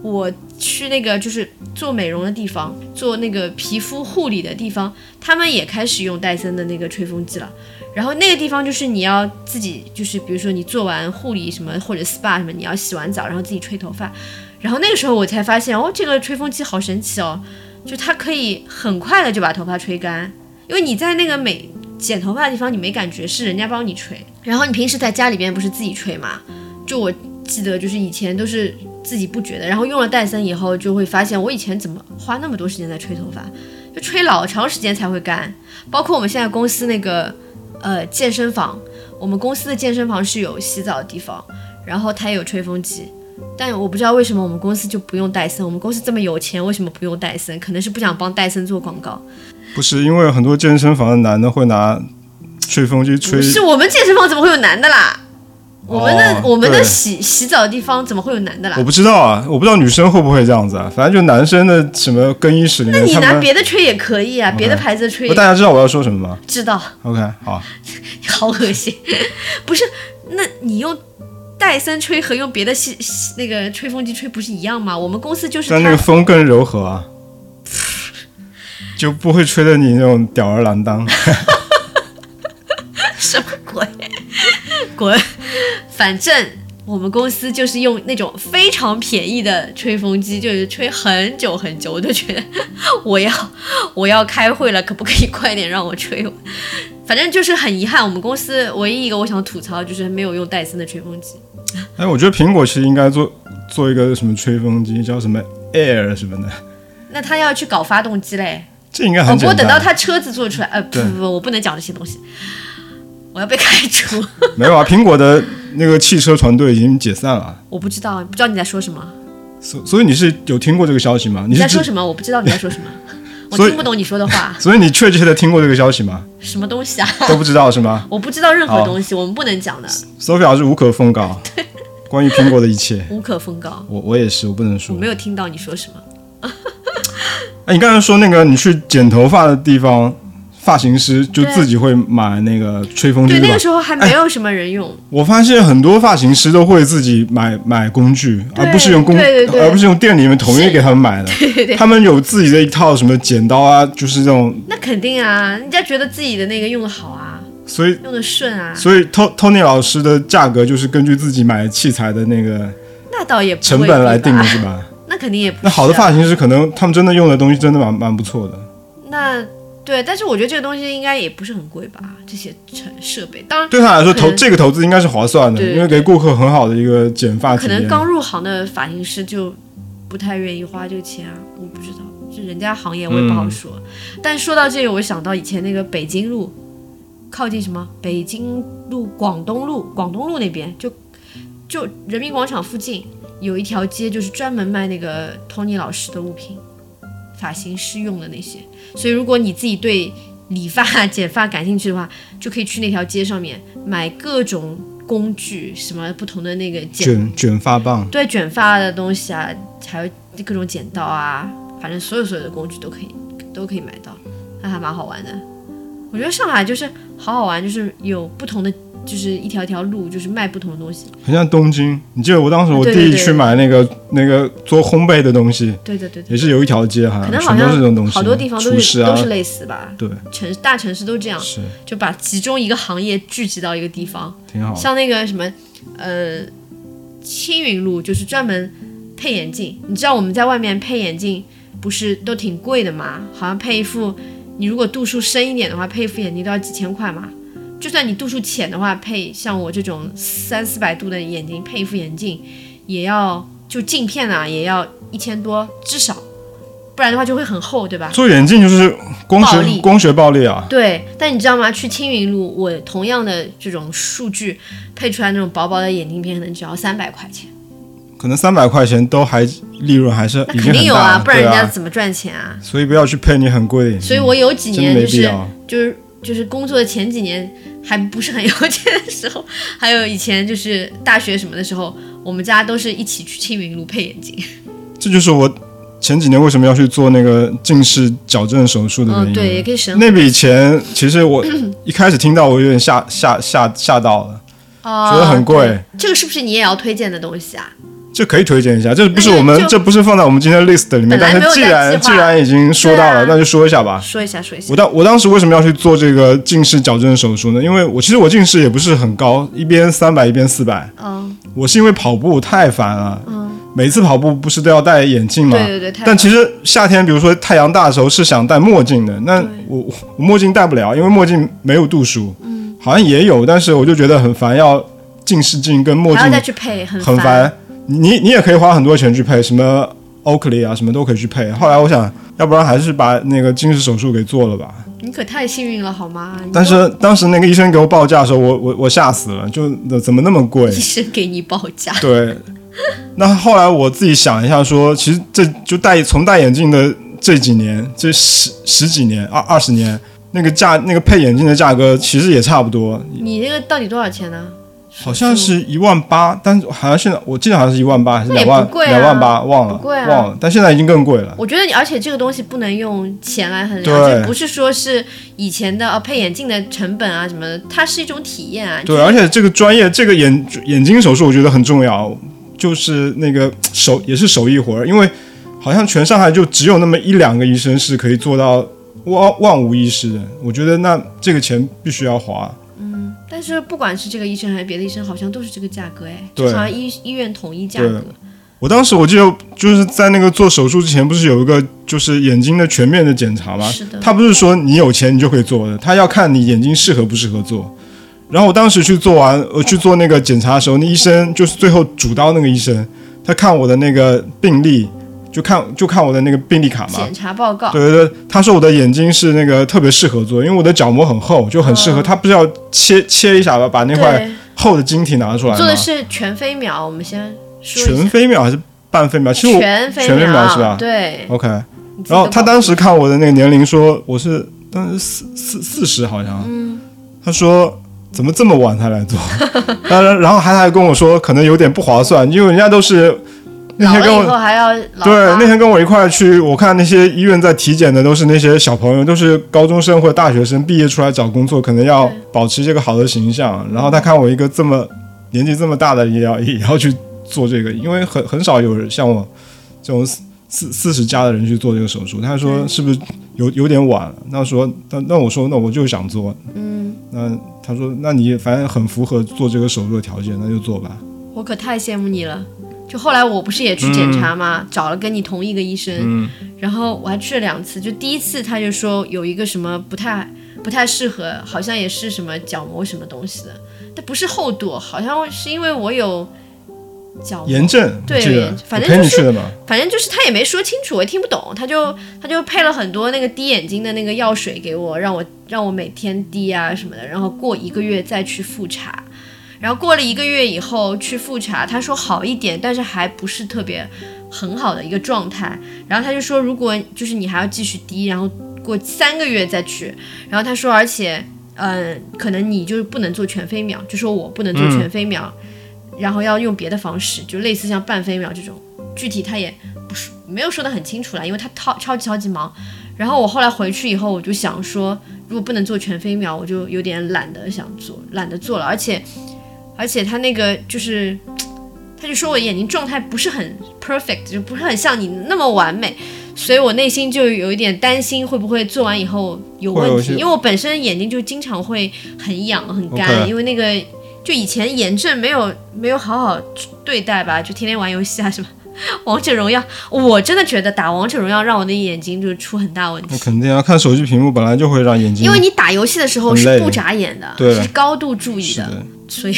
S2: 我去那个就是做美容的地方，做那个皮肤护理的地方，他们也开始用戴森的那个吹风机了。然后那个地方就是你要自己，就是比如说你做完护理什么或者 SPA 什么，你要洗完澡然后自己吹头发。然后那个时候我才发现，哦，这个吹风机好神奇哦，就它可以很快的就把头发吹干，因为你在那个美剪头发的地方你没感觉，是人家帮你吹。然后你平时在家里边不是自己吹嘛？就我记得就是以前都是自己不觉得，然后用了戴森以后，就会发现我以前怎么花那么多时间在吹头发，就吹老长时间才会干。包括我们现在公司那个呃健身房，我们公司的健身房是有洗澡的地方，然后它也有吹风机。但我不知道为什么我们公司就不用戴森，我们公司这么有钱，为什么不用戴森？可能是不想帮戴森做广告。
S3: 不是因为有很多健身房的男的会拿吹风机吹
S2: 不，是我们健身房怎么会有男的啦？我们的、
S3: 哦
S2: 我们的
S3: 对
S2: 洗洗澡的地方怎么会有男的啦
S3: 我？不知道啊，我不知道女生会不会这样子啊，反正就男生的什么更衣室里
S2: 那
S3: 面，
S2: 你
S3: 他
S2: 拿
S3: 们嗯
S2: 别的吹也可以啊，别的牌子的吹
S3: 不
S2: 也
S3: 大家知道我要说什么吗
S2: 知道，
S3: ？OK，好，
S2: 好恶心。 不是，那你用戴森吹和用别的吸吸那个吹风机吹不是一样吗？我们公司就是
S3: 但那个
S2: 它，
S3: 风更柔和 啊，就不会吹得你那种吊儿郎当。
S2: 什么鬼？滚！反正我们公司就是用那种非常便宜的吹风机，就是吹很久很久，我就觉得 我要我要开会了，可不可以快点让我吹？反正就是很遗憾，我们公司唯一一个我想吐槽就是没有用戴森的吹风机。
S3: 哎，我觉得苹果其实应该做做一个什么吹风机，叫什么 Air 什么的，
S2: 那他要去搞发动机嘞，
S3: 这应该
S2: 哦，
S3: 很
S2: 不
S3: 简
S2: 过
S3: 单。
S2: 等到他车子做出来，呃，不
S3: 对
S2: 不不，我不能讲这些东西，我要被开除。
S3: 没有啊，苹果的那个汽车团队已经解散了，
S2: 我不知道，不知道你在说什么，
S3: 所所以你是有听过这个消息吗？你
S2: 你
S3: 是
S2: 在说
S3: 知
S2: 什么？我不知道你在 说什么，我
S3: 所以
S2: 听不懂你说的话，
S3: 所以你确切的听过这个消息吗？
S2: 什么东 西啊？
S3: 都不知道是吗
S2: 我不知道任何
S3: 好
S2: 东西，我们不能讲的，
S3: ？Sophia 老师无可奉告，关于苹果的一切，
S2: 无可奉告。
S3: 我我也是，我不能
S2: 我
S3: 说。
S2: 没有听到你说什么，
S3: 哎，你刚才说那个你去剪头发的地方，发型师就
S2: 对
S3: 自己会买那个吹风机
S2: 对，
S3: 吧
S2: 那个时候还
S3: 哎
S2: 没有什么人用，
S3: 我发现很多发型师都会自己买买工具，
S2: 对
S3: 而不是用工，
S2: 对对对
S3: 而不是用店里面统一给他们买的。
S2: 对对对，
S3: 他们有自己的一套什么剪刀啊，就是这种，
S2: 那肯定啊，人家觉得自己的那个用的好啊，
S3: 所以
S2: 用的顺啊，
S3: 所以 To- Tony 老师的价格就是根据自己买器材的那个
S2: 那倒也不
S3: 成
S2: 未
S3: 本
S2: 必
S3: 来定的，
S2: 吧
S3: 是吧？
S2: 那肯定也不
S3: 那好的
S2: 是啊
S3: 发型师可能他们真的用的东西真的蛮蛮不错的。
S2: 那对，但是我觉得这个东西应该也不是很贵吧，这些成设备，当然
S3: 对他来说，
S2: 可能
S3: 投这个投资应该是划算的，
S2: 对对
S3: 因为给顾客很好的一个剪发体
S2: 可能
S3: 验。
S2: 刚入行的发型师就不太愿意花这个钱啊，我不知道，就人家行业我也不好说。但说到这个，我想到以前那个北京路，靠近什么北京路、广东路、广东路那边，就就人民广场附近有一条街，就是专门卖那个托尼老师的物品，发型师用的那些。所以如果你自己对理发、啊剪发感兴趣的话，就可以去那条街上面买各种工具，什么不同的那个剪
S3: 卷卷发棒，
S2: 对卷发的东西啊，还有各种剪刀啊，反正所有所有的工具都可以都可以买到，那还蛮好玩的。我觉得上海就是好好玩，就是有不同的，就是一条一条路，就是卖不同的东西。
S3: 很像东京。你记得我当时我
S2: 对
S3: 弟
S2: 对对
S3: 去买那个那个做烘焙的东西，
S2: 对的对的，
S3: 也是有一条街哈，
S2: 可能好
S3: 全都是这种东
S2: 像
S3: 西，
S2: 好多地方都
S3: 厨
S2: 是、
S3: 师啊
S2: 都，是类似吧，
S3: 对，
S2: 城大城市都这样，
S3: 是
S2: 就把集中一个行业聚集到一个地方。
S3: 挺好的。
S2: 像那个什么，呃，青云路就是专门配眼镜。你知道我们在外面配眼镜不是都挺贵的吗？好像配一副，你如果度数深一点的话，配一副眼镜都要几千块嘛。就算你度数浅的话，配像我这种三四百度的眼睛，配一副眼镜也要就镜片啊，也要一千多至少，不然的话就会很厚，对吧？
S3: 做眼镜就是光
S2: 暴力
S3: 学光学暴力啊，
S2: 对，但你知道吗？去青云路，我同样的这种数据配出来那种薄薄的眼镜片，可能只要三百块钱，
S3: 可能三百块钱都还利润还是
S2: 那
S3: 已经
S2: 肯定
S3: 很
S2: 有
S3: 大了，
S2: 不然人
S3: 对
S2: 家
S3: 啊，
S2: 怎么赚钱啊？
S3: 所以不要去配你很贵的眼镜，
S2: 所以我有几
S3: 真的
S2: 年
S3: 没
S2: 就
S3: 必
S2: 是
S3: 要。
S2: 就是就是工作的前几年还不是很有钱的时候，还有以前就是大学什么的时候，我们家都是一起去青云路配眼镜。
S3: 这就是我前几年为什么要去做那个近视矫正手术的原
S2: 嗯，
S3: 因。
S2: 对，也可以省
S3: 那笔钱其实 我一开始听到我有点吓吓吓吓到了，
S2: 啊，
S3: 觉得很贵
S2: 对。这个是不是你也要推荐的东西啊？
S3: 这可以推荐一下。这不是我
S2: 那
S3: 们
S2: 哎就
S3: 这不是放在我们今天的 list 里面，
S2: 本来
S3: 但
S2: 没有
S3: 是既
S2: 在
S3: 然
S2: 计划
S3: 既然已经说到
S2: 对
S3: 了，
S2: 啊
S3: 那就说一下吧。
S2: 说一下，说一下
S3: 我。当我当时为什么要去做这个近视矫正手术呢？因为我其实我近视也不是很高，一边三百一边四百。
S2: 嗯，
S3: 我是因为跑步太烦了，每次跑步不是都要戴眼镜吗？
S2: 对对对，太
S3: 但其实夏天，比如说太阳大的时候是想戴墨镜的，那我我我墨镜戴不了，因为墨镜没有度数。嗯，好像也有，但是我就觉得很烦，要近视镜跟墨
S2: 还要
S3: 镜
S2: 再去配，很
S3: 很烦。你你也可以花很多钱去配，什么 Oakley 啊，什么都可以去配。后来我想，要不然还是把那个近视手术给做了吧。
S2: 你可太幸运了好吗？你
S3: 但
S2: 都
S3: 是当时那个医生给我报价的时候，我我我吓死了，就怎么那么 贵？
S2: 医生给你报价，
S3: 对，那后来我自己想一下说，其实这就戴从戴眼镜的这几年，这十十几年、二二十年，那个价那个配眼镜的价格其实也差不多，
S2: 你那个到底多少钱呢？
S3: 好像是一万八，但是好像现在我记得好像是一万八还是
S2: 那也
S3: 两万
S2: 不贵啊
S3: 两万八，忘了
S2: 不贵啊
S3: 忘了，但现在已经更贵了。
S2: 我觉得你，而且这个东西不能用钱来衡量，
S3: 对
S2: 就不是说是以前的呃配眼镜的成本啊什么的，它是一种体验啊。
S3: 对，而且这个专业，这个眼眼睛手术，我觉得很重要，就是那个手也是手艺活儿，因为好像全上海就只有那么一两个医生是可以做到万万无一失的。我觉得那这个钱必须要花，嗯，
S2: 但是不管是这个医生还是别的医生，好像都是这个价格哎，
S3: 对
S2: 至少医医院统一价格
S3: 对。我当时我记得就是在那个做手术之前，不是有一个就是眼睛的全面的检查吗？
S2: 是的
S3: 他不是说你有钱你就可以做的，他要看你眼睛适合不适合做。然后我当时去做完，我去做那个检查的时候，那医生就是最后主刀那个医生，他看我的那个病历，就看就看我的那个病历卡嘛，
S2: 检查报告，
S3: 对对对，他说我的眼睛是那个特别适合做，因为我的角膜很厚，就很适合。他不是要切切一下吧，把那块
S2: 嗯对，
S3: 厚的晶体拿出来
S2: 做
S3: 吗
S2: 的？是全飞秒，我们先说一
S3: 全
S2: 下。
S3: 飞秒还是半飞秒？其实我
S2: 全
S3: 全飞
S2: 秒
S3: 秒是吧
S2: 对。
S3: OK。
S2: 你自己
S3: 然后
S2: 都
S3: 他
S2: 搞
S3: 当时看我的那个年龄说我是当时四四四十好像，他说怎么这么晚才来做？ 当然，然后还还跟我说可能有点不划算，因为人家都是那
S2: 老
S3: 天跟
S2: 了以
S3: 我
S2: 后还要老
S3: 对，
S2: 花
S3: 那天跟我一块儿去，我看那些医院在体检的都是那些小朋友，都是高中生或者大学生，毕业出来找工作，可能要保持这个好的形象。然后他看我一个这么年纪这么大的，也要也要去做这个，因为很很少有人像我这种四四四十加的人去做这个手术。他说是不是有有点晚了？那说那那我说那我就想做，嗯，那他说那你反正很符合做这个手术的条件，那就做吧。
S2: 我可太羡慕你了。就后来我不是也去检查吗？找了跟你同一个医生，然后我还去了两次。就第一次他就说有一个什么不太不太适合，好像也是什么角膜什么东西的，但不是厚度，好像是因为我有角膜
S3: 炎症，
S2: 对
S3: 这个
S2: 反
S3: 我
S2: 正
S3: 陪
S2: 就
S3: 你
S2: 是
S3: 去的嘛。
S2: 反正就是他也没说清楚，我也听不懂，他就他就配了很多那个滴眼睛的那个药水给我，让我让我每天滴啊什么的，然后过一个月再去复查，然后过了一个月以后去复查，他说好一点，但是还不是特别很好的一个状态，然后他就说如果就是你还要继续滴，然后过三个月再去，然后他说而且嗯、呃可能你就是不能做全飞秒，就说我不能做全飞秒。然后要用别的方式，就类似像半飞秒这种，具体他也不是没有说得很清楚啦，因为他超超级超级忙。然后我后来回去以后，我就想说，如果不能做全飞秒，我就有点懒得想做，懒得做了。而且，而且他那个就是，他就说我眼睛状态不是很 perfect，就不是很像你那么完美，所以我内心就有一点担心，会不会做完以后有
S3: 会有
S2: 问
S3: 一
S2: 题？
S3: 些
S2: 因为我本身眼睛就经常会很痒、很干
S3: OK
S2: 因为那个就以前炎症没有没有好好对待吧，就天天玩游戏啊什么。王者荣耀，我真的觉得打王者荣耀让我的眼睛就出很大问
S3: 那
S2: 题，
S3: 肯定啊，看手机屏幕本来就会让眼睛，
S2: 因为你打游戏的时候
S3: 嗯很累
S2: 是不眨眼的，
S3: 对
S2: 是高度注意
S3: 是的，
S2: 所以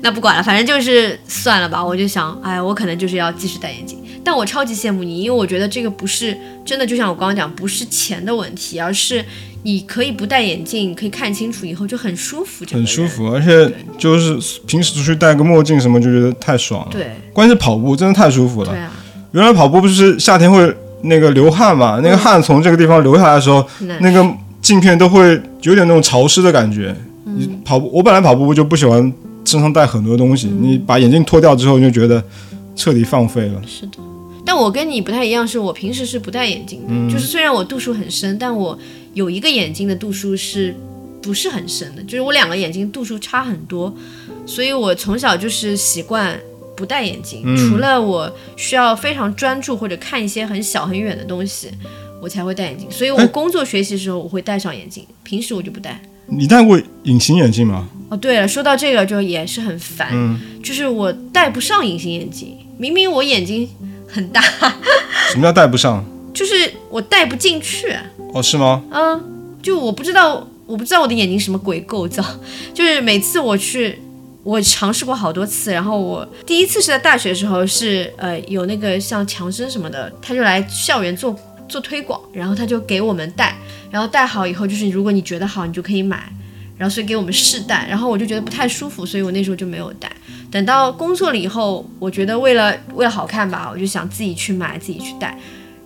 S2: 那不管了，反正就是算了吧。我就想，哎，我可能就是要继续戴眼镜。但我超级羡慕你，因为我觉得这个不是真的，就像我刚刚讲，不是钱的问题，而是你可以不戴眼镜，可以看清楚以后就很舒服，整个
S3: 很
S2: 人
S3: 舒。服，而且就是平时出去戴个墨镜什么就觉得太爽了。
S2: 对
S3: 关键是跑步真的太舒服
S2: 对
S3: 了。
S2: 啊，
S3: 原来跑步不是夏天会那个流汗嘛，
S2: 嗯
S3: 那个汗从这个地方流下来的时候，
S2: 很难
S3: 那个镜片都会有点那种潮湿的感觉。
S2: 嗯
S3: 你跑步，我本来跑步就不喜欢身上带很多东
S2: 嗯
S3: 西，你把眼镜脱掉之后就觉得彻底放飞了。
S2: 是的，但我跟你不太一样，是我平时是不戴眼镜的，就是虽然我度数很深，但我有一个眼睛的度数是不是很深的，就是我两个眼睛度数差很多，所以我从小就是习惯不戴眼镜，除了我需要非常专注或者看一些很小很远的东西。我才会戴眼镜，所以我
S3: 哎
S2: 工作学习的时候我会戴上眼镜，平时我就不戴。
S3: 你戴过隐形眼镜吗？
S2: 哦，对了，说到这个就也是很烦，就是我戴不上隐形眼镜，明明我眼睛很大，
S3: 什么叫戴不上？
S2: 就是我戴不进去，
S3: 哦，是吗？
S2: 嗯，就我不知道，我不知道我的眼睛什么鬼构造， 就是每次我去，我尝试过好多次，然后我第一次是在大学的时候是呃有那个像强生什么的，他就来校园做做推广，然后他就给我们戴，然后戴好以后就是如果你觉得好，你就可以买。然后所以给我们试戴，然后我就觉得不太舒服，所以我那时候就没有戴。等到工作了以后，我觉得为了为了好看吧，我就想自己去买自己去戴。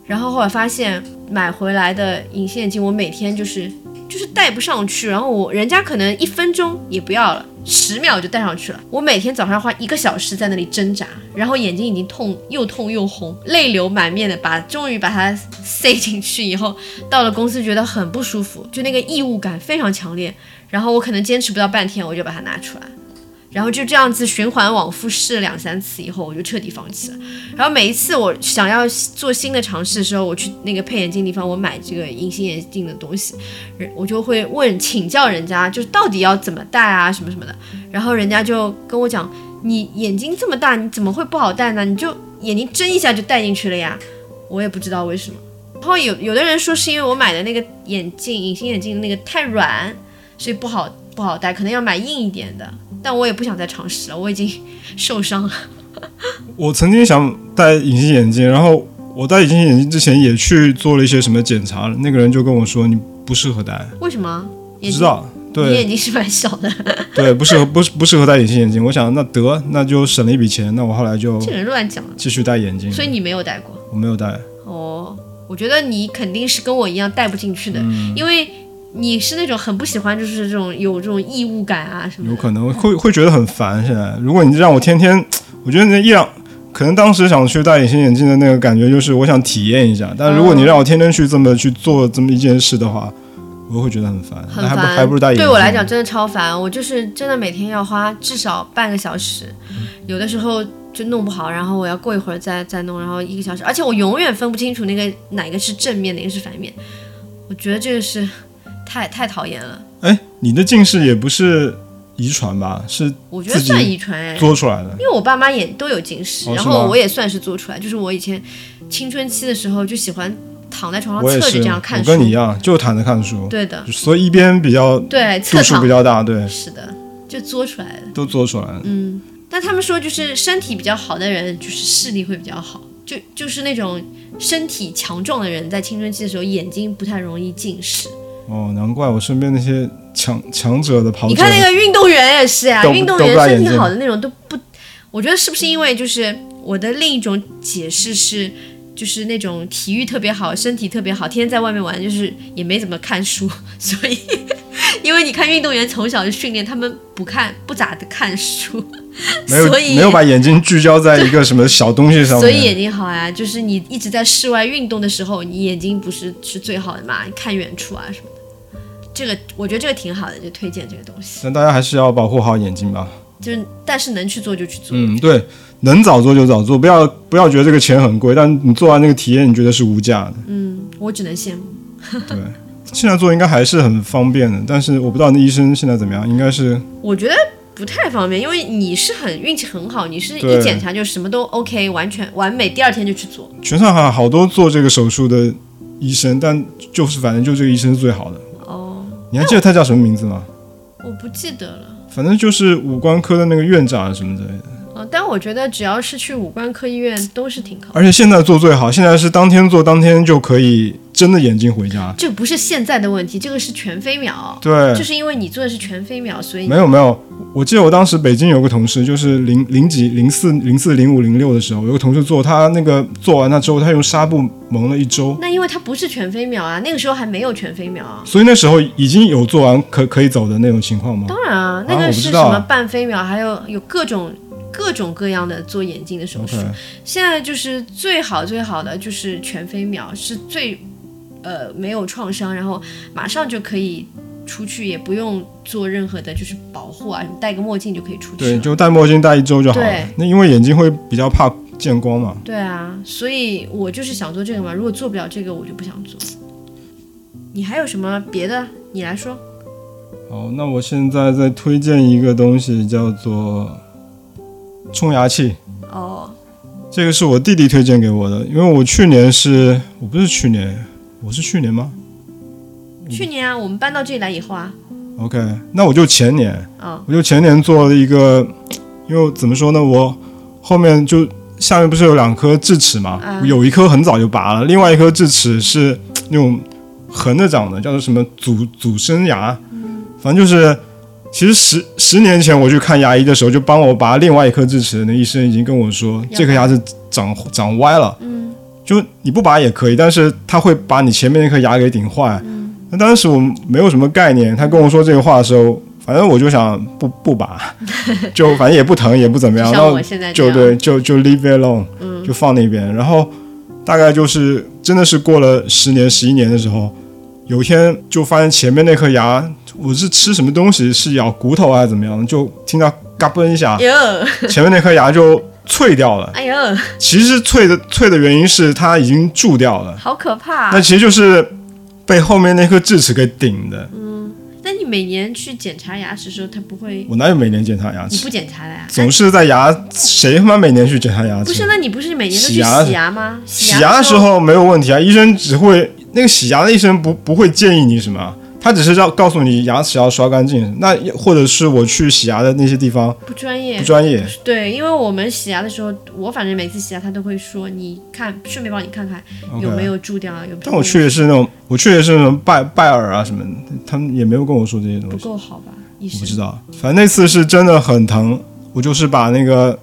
S2: 然后后来发现买回来的隐形眼镜，我每天就是就是戴不上去，然后我人家可能一分钟也不要了，十秒就戴上去了。我每天早上花一个小时在那里挣扎，然后眼睛已经痛又痛又红，泪流满面的把终于把它塞进去以后，到了公司觉得很不舒服，就那个异物感非常强烈。然后我可能坚持不到半天，我就把它拿出来。然后就这样子循环往复试了两三次以后，我就彻底放弃了。然后每一次我想要做新的尝试的时候，我去那个配眼镜地方，我买这个隐形眼镜的东西，人我就会问请教人家，就是到底要怎么戴啊，什么什么的。然后人家就跟我讲，你眼睛这么大，你怎么会不好戴呢？你就眼睛睁一下就戴进去了呀。我也不知道为什么。然后有有的人说是因为我买的那个眼镜，隐形眼镜那个太软，所以不好不好戴，可能要买硬一点的。但我也不想再尝试了，我已经受伤了。
S3: 我曾经想戴隐形眼镜，然后我戴隐形眼镜之前也去做了一些什么检查，那个人就跟我说你不适合戴，
S2: 为什么？
S3: 不
S2: 眼
S3: 知
S2: 睛，
S3: 道，
S2: 你眼
S3: 对
S2: 睛是蛮小的，
S3: 对，不适合，不不适合戴隐形眼镜。我想那得，那就省了一笔钱，那我后来就
S2: 这个人乱讲。
S3: 继续戴眼镜，
S2: 所以你没有戴过
S3: 我没有戴。
S2: 哦？我觉得你肯定是跟我一样戴不进去的，
S3: 嗯
S2: 因为你是那种很不喜欢，就是这种有这种异物感啊什么
S3: 有
S2: 的。
S3: 可能会会觉得很烦。现在，如果你让我天天，我觉得那一两，可能当时想去戴隐形眼镜的那个感觉就是我想体验一下，但如
S2: 嗯
S3: 果你让我天天去这么去做这么一件事的话，我会觉得很烦。
S2: 很
S3: 那还不
S2: 烦，
S3: 还不如戴眼镜。
S2: 对我来讲，真的超烦，我就是真的每天要花至少半个小时，
S3: 嗯
S2: 有的时候就弄不好，然后我要过一会儿再再弄，然后一个小时，而且我永远分不清楚那个哪个是正面，哪个是反面，我觉得这个是太太讨厌了，
S3: 哎，你的近视也不是遗传吧？是
S2: 我觉得
S3: 自己
S2: 算遗传哎。
S3: 做出来的。
S2: 因为我爸妈也都有近视，
S3: 哦
S2: 然
S3: 是吗
S2: 后我也算是做出来，就是我以前青春期的时候就喜欢躺在床
S3: 我
S2: 上
S3: 也
S2: 侧着
S3: 是，
S2: 这样看
S3: 我
S2: 书，
S3: 跟你一样，就躺着看书，
S2: 对的，
S3: 所以一边比较
S2: 对，侧
S3: 度数
S2: 躺嗯
S3: 比较大，对，
S2: 是的，就作出来的。
S3: 都做出来了。
S2: 但他们说，就是身体比较好的人，就是视力会比较好，就就是那种身体强壮的人，在青春期的时候眼睛不太容易近视。
S3: 哦，难怪我身边那些强强者的跑者，
S2: 你看那个运动员也是呀、
S3: 都不
S2: 运动
S3: 都不
S2: 员
S3: 戴
S2: 身体
S3: 眼镜
S2: 好的那种都不，我觉得是不是因为就是我的另一种解释是。就是那种体育特别好，身体特别好，天天在外面玩，就是也没怎么看书， 所以，因为你看运动员从小就训练，他们不看不咋的看书，
S3: 没有
S2: 所以
S3: 没有把眼睛聚焦在一个什么小东西上面，
S2: 所以眼睛好呀、就是你一直在室外运动的时候，你眼睛不是是最好的嘛？你看远处啊什么的，这个我觉得这个挺好的，就推荐这个东西。
S3: 但大家还是要保护好眼睛吧。
S2: 就是但是能去做就去做，
S3: 嗯，对，能早做就早做，不要不要觉得这个钱很贵，但你做完那个体验，你觉得是无价的。
S2: 我只能羡慕。
S3: 对，现在做应该还是很方便的，但是我不知道那医生现在怎么样，应该是
S2: 我觉得不太方便，因为你是很运气很好，你是
S3: 对
S2: 一检查就什么都 OK，完全完美，第二天就去做。
S3: 全上海好多做这个手术的医生，但就是反正就这个医生是最好的。
S2: 哦，
S3: 你还记得他叫什么名字吗？
S2: 我不记得了。
S3: 反正就是五官科的那个院长什么之类的。
S2: 嗯，但我觉得只要是去五官科医院都是挺靠。
S3: 而且现在做最好，现在是当天做当天就可以真的眼睛回家。
S2: 这不是现在的问题，这个是全飞秒，
S3: 对，
S2: 就是因为你做的是全飞秒，所以
S3: 没有没有，我记得我当时北京有个同事，就是零零几、零四、零四、零五、零六的时候，我有个同事做他那个做完了之后，他用纱布蒙了一周，
S2: 那因为它不是全飞秒啊，那个时候还没有全飞秒啊。
S3: 所以那时候已经有做完可可以走的那种情况吗？
S2: 当然啊，那
S3: 啊我
S2: 个
S3: 不
S2: 是
S3: 知
S2: 什
S3: 道啊
S2: 么半飞秒，还有有各种各种各样的做眼睛的手术。
S3: OK，
S2: 现在就是最好最好的就是全飞秒，是最呃没有创伤，然后马上就可以出去，也不用做任何的就是保护啊，什么戴个墨镜就可以出去
S3: 对，
S2: 了。
S3: 就戴墨镜戴一周就好了
S2: 对。
S3: 那因为眼睛会比较怕见光嘛。
S2: 对啊，所以我就是想做这个嘛，如果做不了这个，我就不想做。你还有什么别的？你来说。
S3: 好，那我现在再推荐一个东西，叫做冲牙器。
S2: 哦，
S3: 这个是我弟弟推荐给我的，因为我去年是我不是去年，我是去年吗嗯
S2: 去年啊，我们搬到这里来以后啊，
S3: ？OK，那我就前年，
S2: 啊、
S3: 我就前年做了一个，因为怎么说呢，我后面就下面不是有两颗智齿嘛，
S2: 嗯
S3: 我有一颗很早就拔了，另外一颗智齿是那种横着长的，叫做什么阻阻生牙，反正就是。其实十十年前我去看牙医的时候，就帮我拔另外一颗智齿的那医生已经跟我说，
S2: 要嗯
S3: 这颗牙齿长长歪了，就你不拔也可以，但是他会把你前面那颗牙给顶坏。
S2: 嗯
S3: 那当时我没有什么概念，他跟我说这个话的时候，反正我就想不 不拔，就反正也不疼也不怎么
S2: 就
S3: 样，然
S2: 像
S3: 后
S2: 我现在这
S3: 就
S2: 样，嗯
S3: 对就就 leave it alone，、就放那边。然后大概就是真的是过了十年十一年的时候，有一天啊就发现前面那颗牙，我是吃什么东西是咬骨头还是怎么样，就听到嘎嘣一下，
S2: 哟，
S3: 前面那颗牙就脆掉了。
S2: 哎呦，
S3: 其实脆的脆的原因是它已经蛀掉了，
S2: 好可怕、啊
S3: 那其实就是被后面那颗智齿给顶的。
S2: 那你每年去检查牙齿的时候，他不会？
S3: 我哪有每年检查牙
S2: 你
S3: 齿
S2: 不？检查的呀？
S3: 总是在牙，谁他妈每年去检查牙齿？
S2: 不是，那你不是每年都去
S3: 嗯洗牙
S2: 洗牙吗？
S3: 洗牙的时，候没有问题啊，医生只会那个洗牙的医生不不会建议你什么啊，他只是要告诉你牙齿要刷干净。那或者是我去洗牙的那些地方
S2: 不专业
S3: 不。专业，
S2: 对，因为我们洗牙的时候，我反正每次洗牙他都会说，你看顺便帮你看看
S3: OK
S2: 有没有蛀掉啊，有没有。
S3: 但我去的是那种我去的是那种拜拜耳啊什么的，他们也没有跟我说这些东
S2: 不
S3: 西，
S2: 够好吧？医
S3: 我
S2: 生
S3: 不知道。反正那次是真的很疼，我就是把那个。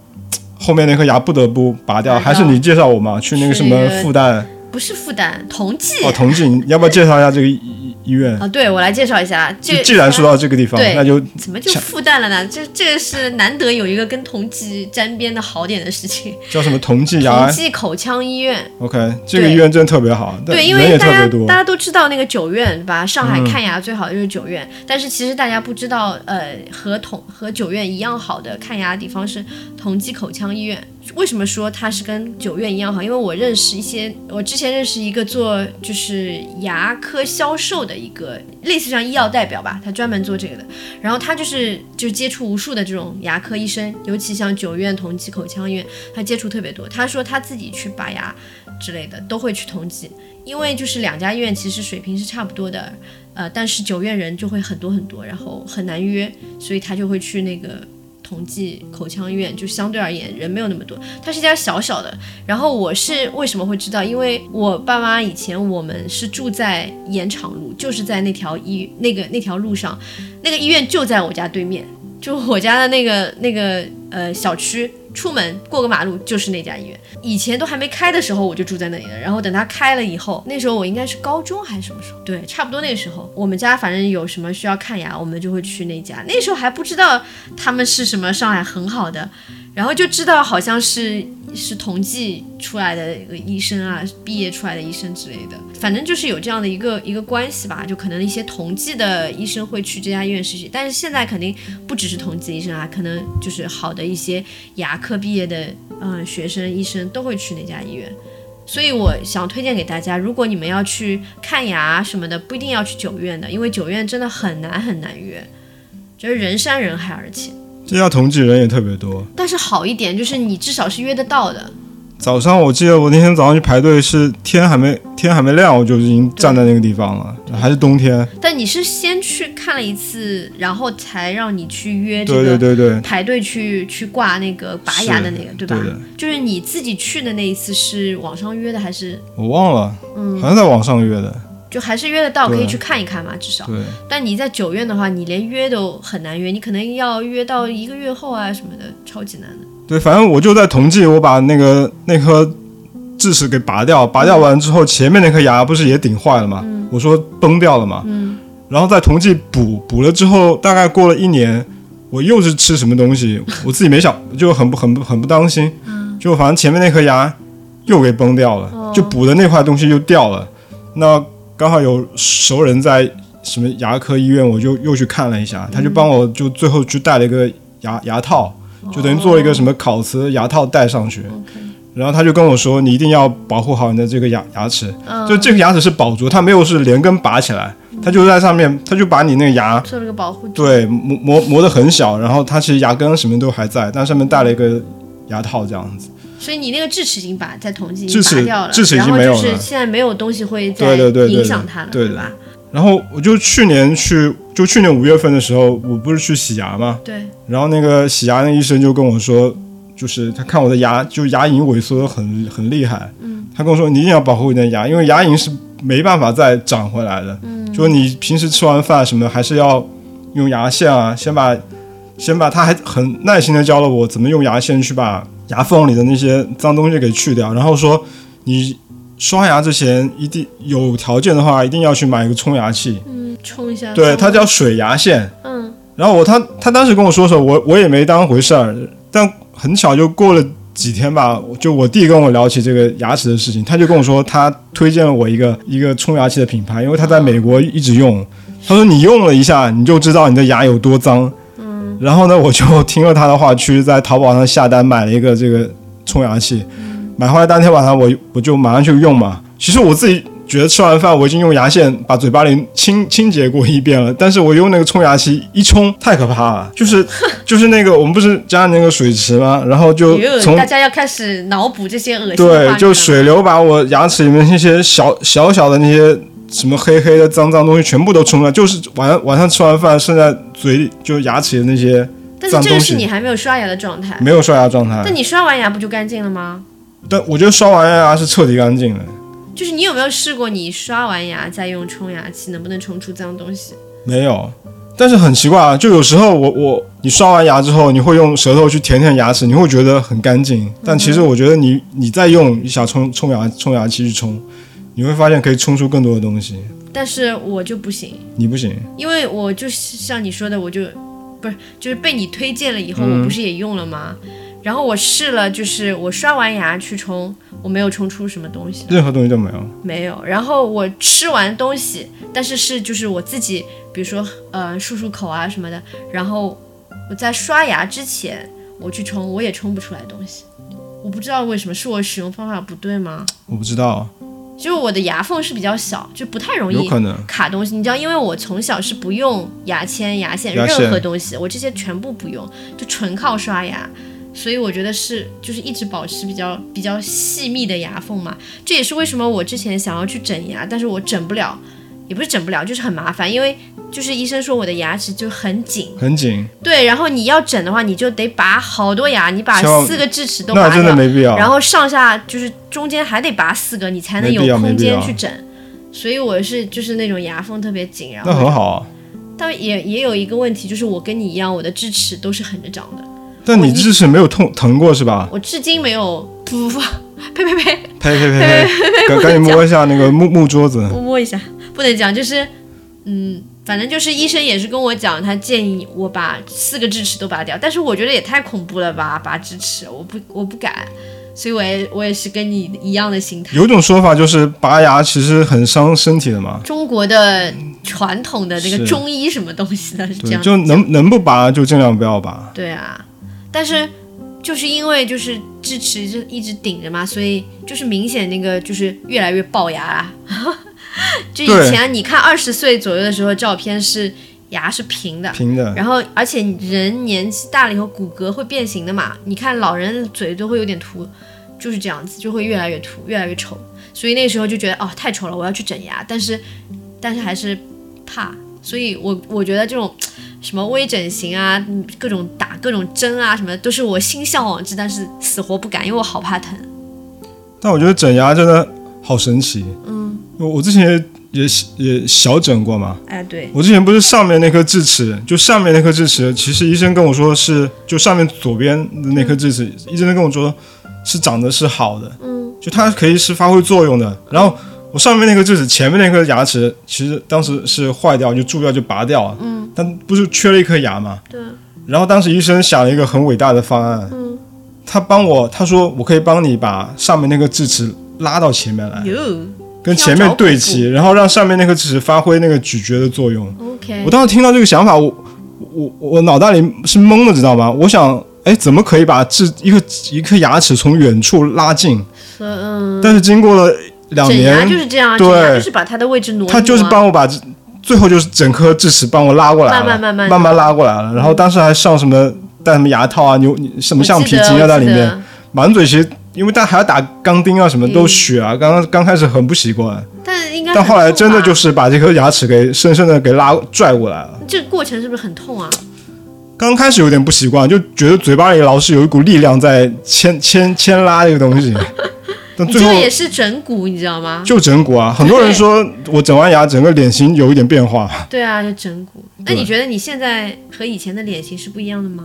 S3: 后面那颗牙不得不拔掉，
S2: 拔掉
S3: 还是你介绍我嘛？去那个什么
S2: 去那个
S3: 复旦
S2: 不是复旦，同济
S3: 哦，同济，你要不要介绍一下这个医医医院？
S2: 啊。对，我来介绍一下，啊这
S3: 就既然说到这个地方，
S2: 对
S3: 那就
S2: 怎么就复旦了呢？这这是难得有一个跟同济沾边的好点的事情。
S3: 叫什么同济牙
S2: 同济口腔医院，
S3: OK，这个
S2: 对
S3: 医院真的特别好，但
S2: 对，因
S3: 人
S2: 为
S3: 也
S2: 大
S3: 特别
S2: 家
S3: 多嗯
S2: 大。家都知道那个九院，对吧？上海看牙最好的就是九院，但是其实大家不知道，呃，和同和九院一样好的看牙的地方是同济口腔医院。为什么说它是跟九院一样好？因为我认识一些，我之前认识一个做就是牙科销售的一个类似像医药代表吧，他专门做这个的。然后他就是就接触无数的这种牙科医生，尤其像九院、同济口腔医院，他接触特别多。他说他自己去拔牙之类的都会去同济，因为就是两家医院其实水平是差不多的，呃，但是九院人就会很多很多，然后很难约，所以他就会去那个同济口腔医院，就相对而言人没有那么多。它是一家小小的，然后我是为什么会知道？因为我爸妈以前我们是住在延长路，就是在那条医那个那条路上，那个医院就在我家对面，就我家的那个那个呃小区。出门过个马路就是那家医院，以前都还没开的时候我就住在那里了。然后等它开了以后，那时候我应该是高中还是什么时候？对，差不多那个时候，我们家反正有什么需要看牙，我们就会去那家。那时候还不知道他们是什么上海很好的，然后就知道好像是是同济出来的一个医生啊，毕业出来的医生之类的，反正就是有这样的一个一个关系吧，就可能一些同济的医生会去这家医院实习，但是现在肯定不只是同济医生啊，可能就是好的一些牙科毕业的嗯学生医生都会去那家医院。所以我想推荐给大家，如果你们要去看牙什么的，不一定要去九院的，因为九院真的很难很难约，就是人山人海，而且。
S3: 这家同济人也特别多。
S2: 但是好一点就是你至少是约得到的，
S3: 早上我记得我那天早上去排队是天还没天还没亮，我就已经站在那个地方了，还是冬天。
S2: 但你是先去看了一次，然后才让你去约这
S3: 对对
S2: 个
S3: 对对，
S2: 排队去去挂那个拔牙的那个，
S3: 是
S2: 对吧？
S3: 对的
S2: 就是你自己去的那一次是网上约的还是
S3: 我忘了，
S2: 嗯
S3: 好像在网上约的。
S2: 就还是约得到，
S3: 对
S2: 可以去看一看嘛，至少。
S3: 对，
S2: 但你在九院的话，你连约都很难约，你可能要约到一个月后啊什么的，超级难的。
S3: 对，反正我就在同济，我把那个那颗智齿给拔掉，拔掉完之后，前面那颗牙不是也顶坏了吗？我说崩掉了嘛。然后在同济补补了之后，大概过了一年，我又是吃什么东西，我自己没想，就很不很不很不当心。就反正前面那颗牙又给崩掉了，就补的那块东西又掉了。那刚好有熟人在什么牙科医院，我就又去看了一下，他就帮我就最后去戴了一个牙牙套，就等于做了一个什
S2: 哦
S3: 么烤瓷牙套戴上去。然后他就跟我说，你一定要保护好你的这个牙牙齿，
S2: 嗯
S3: 就这个牙齿是保住，它没有是连根拔起来，它就在上面，它就把你那个牙
S2: 做了个保护组，
S3: 对磨磨磨得很小，然后它其实牙根什么都还在，但上面戴了一个牙套这样子。
S2: 所以你那个智齿已经拔在同济已
S3: 智
S2: 经
S3: 齿
S2: 拔掉了，
S3: 智齿已经
S2: 然后
S3: 没有
S2: 就是
S3: 了
S2: 现在没有东西会再
S3: 对对对对
S2: 影响它了，
S3: 对的
S2: 吧？
S3: 然后我就去年去，就去年五月份的时候，我不是去洗牙嘛，
S2: 对。
S3: 然后那个洗牙那医生就跟我说，就是他看我的牙，就牙龈萎缩得很很厉害，嗯，他跟我说你一定要保护你的牙，因为牙龈是没办法再长回来的，嗯，就你平时吃完饭什么的还是要用牙线啊，先把先把他还很耐心的教了我怎么用牙线去把牙缝里的那些脏东西给去掉，然后说你刷牙之前一定有条件的话一定要去买一个冲牙器，
S2: 嗯冲一下。
S3: 对，它叫水牙线。
S2: 嗯，
S3: 然后我他他当时跟我说的时候，我我也没当回事儿，但很巧就过了几天吧，就我弟跟我聊起这个牙齿的事情，他就跟我说他推荐了我一个一个冲牙器的品牌，因为他在美国一直用，他说你用了一下你就知道你的牙有多脏。嗯，然后呢，我就听了他的话，去在淘宝上下单买了一个这个冲牙器。买回来当天晚上我，我就马上就用嘛。其实我自己觉得吃完饭我已经用牙线把嘴巴里清清洁过一遍了，但是我用那个冲牙器一冲，太可怕了，就是 就是那个我们不是家里那个水池吗？然后就
S2: 哟
S3: 从
S2: 大家要开始脑补这些恶心的画面
S3: 对，
S2: 了
S3: 就水流把我牙齿里面那些小小小的那些什么黑黑的脏脏东西全部都冲了，就是晚晚上吃完饭剩在嘴里就牙齿里那些
S2: 但是
S3: 脏
S2: 这个
S3: 东
S2: 是
S3: 西嗯
S2: 你还没有刷牙的状态。
S3: 没有刷牙状态
S2: 那。你刷完牙不就干净了吗？
S3: 但我觉得刷完牙是彻底干净的，
S2: 就是你有没有试过，你刷完牙再用冲牙器，能不能冲出脏东西？
S3: 没有。但是很奇怪啊，就有时候我我你刷完牙之后，你会用舌头去舔舔牙齿，你会觉得很干
S2: 嗯
S3: 净。但其实我觉得你你再用一小冲冲牙冲牙器去冲，你会发现可以冲出更多的东西。
S2: 但是我就不行，
S3: 你不行，
S2: 因为我就是像你说的，我就不是就是被你推荐了以
S3: 嗯
S2: 后，我不是也用了吗？然后我试了，就是我刷完牙去冲，我没有冲出什么东西，
S3: 任何东西都没有。
S2: 没有。然后我吃完东西，但是是就是我自己，比如说呃漱漱口啊什么的，然后我在刷牙之前我去冲，我也冲不出来东西。我不知道为什么，是我使用方法不对吗？
S3: 我不知道，
S2: 就是我的牙缝是比较小，就不太容
S3: 有
S2: 易
S3: 可能。
S2: 卡东西。你知道，因为我从小是不用牙签、牙线
S3: 牙线
S2: 任何东西，我这些全部不用，就纯靠刷牙。所以我觉得是，就是一直保持比较比较细密的牙缝嘛。这也是为什么我之前想要去整牙，但是我整不了，也不是整不了，就是很麻烦，因为就是医生说我的牙齿就很紧。
S3: 很紧，
S2: 对，然后你要整的话，你就得拔好多牙，你把
S3: 希望
S2: 四个智齿都拔掉，
S3: 那真的没必要。
S2: 然后上下就是中间还得拔四个，你才能有
S3: 没必要
S2: 空间
S3: 没必要
S2: 去整。所以我是就是那种牙缝特别紧，然
S3: 那很
S2: 后
S3: 好啊，
S2: 但也也有一个问题，就是我跟你一样，我的智齿都是横着长的，
S3: 但你智齿没有痛疼过是吧？
S2: 我至今没有噗噗噗，呸呸呸，
S3: 呸呸 呸呸！赶赶紧摸一下那个木木桌子，
S2: 我摸一下，不能讲，就是嗯，反正就是医生也是跟我讲，他建议我把四个智齿都拔掉，但是我觉得也太恐怖了吧，拔智齿，我不我不敢，所以我也我也是跟你一样的心态。
S3: 有种说法就是拔牙其实很伤身体的嘛，
S2: 中国的传统的那个
S3: 是
S2: 中医什么东西的，是这
S3: 对，
S2: 样
S3: 就能能不拔就尽量不要拔。
S2: 对啊，但是就是因为就是智齿就一直顶着嘛，所以就是明显那个就是越来越龅牙啦。 就以
S3: 对
S2: 前你看二十岁左右的时候照片是牙是平的，
S3: 平的，
S2: 然后而且人年纪大了以后骨骼会变形的嘛，你看老人嘴都会有点凸，就是这样子，就会越来越凸，越来越丑。所以那时候就觉得哦太丑了，我要去整牙，但是 但是还是怕，所以我我觉得这种什么微整形啊，嗯各种打各种针啊什么的，都是我心向往之，但是死活不敢，因为我好怕疼。
S3: 但我觉得整牙真的好神奇。嗯，我我之前也也也小整过嘛，
S2: 哎，对，
S3: 我之前不是上面那颗智齿，就上面那颗智齿，其实医生跟我说是，就上面左边的那颗智
S2: 嗯
S3: 齿，医生跟我说是长得是好的，嗯，就它可以是发挥作用的。然后我上面那颗智齿前面那颗牙齿，其实当时是坏掉，就蛀掉就拔掉了，嗯，但不是缺了一颗牙嘛，
S2: 对。
S3: 然后当时医生想了一个很伟大的方案，嗯，他帮我，他说我可以帮你把上面那个智齿拉到前面来，
S2: 哟
S3: 跟前面对齐，然后让上面那颗智齿发挥那个咀嚼的作用。
S2: ，OK，
S3: 我当时听到这个想法，我我我脑袋里是懵的，知道吗？我想，哎，怎么可以把智一个一颗牙齿从远处拉近？
S2: 说嗯，
S3: 但是经过了两
S2: 整牙就
S3: 年，
S2: 是这样啊，
S3: 对
S2: 整牙就是把它的位置挪一挪啊，
S3: 他就是帮我把这最后就是整颗智齿帮我拉过来了，
S2: 慢慢慢慢嗯
S3: 拉过来了。然后当时还上什么戴什么牙套啊、牛什么橡皮筋啊
S2: 要
S3: 要在里面，满嘴其实因为但还要打钢钉啊，什么都血啊。刚刚刚开始很不习惯，
S2: 但嗯应该
S3: 但
S2: 很
S3: 后来
S2: 痛
S3: 真的
S2: 吧
S3: 就是把这颗牙齿给深深的给拉拽过来了。
S2: 这个过程是不是很痛啊？
S3: 刚开始有点不习惯，就觉得嘴巴里老是有一股力量在牵 牵牵拉这个 东西，但
S2: 你
S3: 最
S2: 这
S3: 后
S2: 个也是整骨，你知道吗？
S3: 就整骨啊！很多人说我整完牙，整个脸型有一点变化，
S2: 对啊，就整骨。那
S3: 对
S2: 你觉得你现在和以前的脸型是不一样的吗？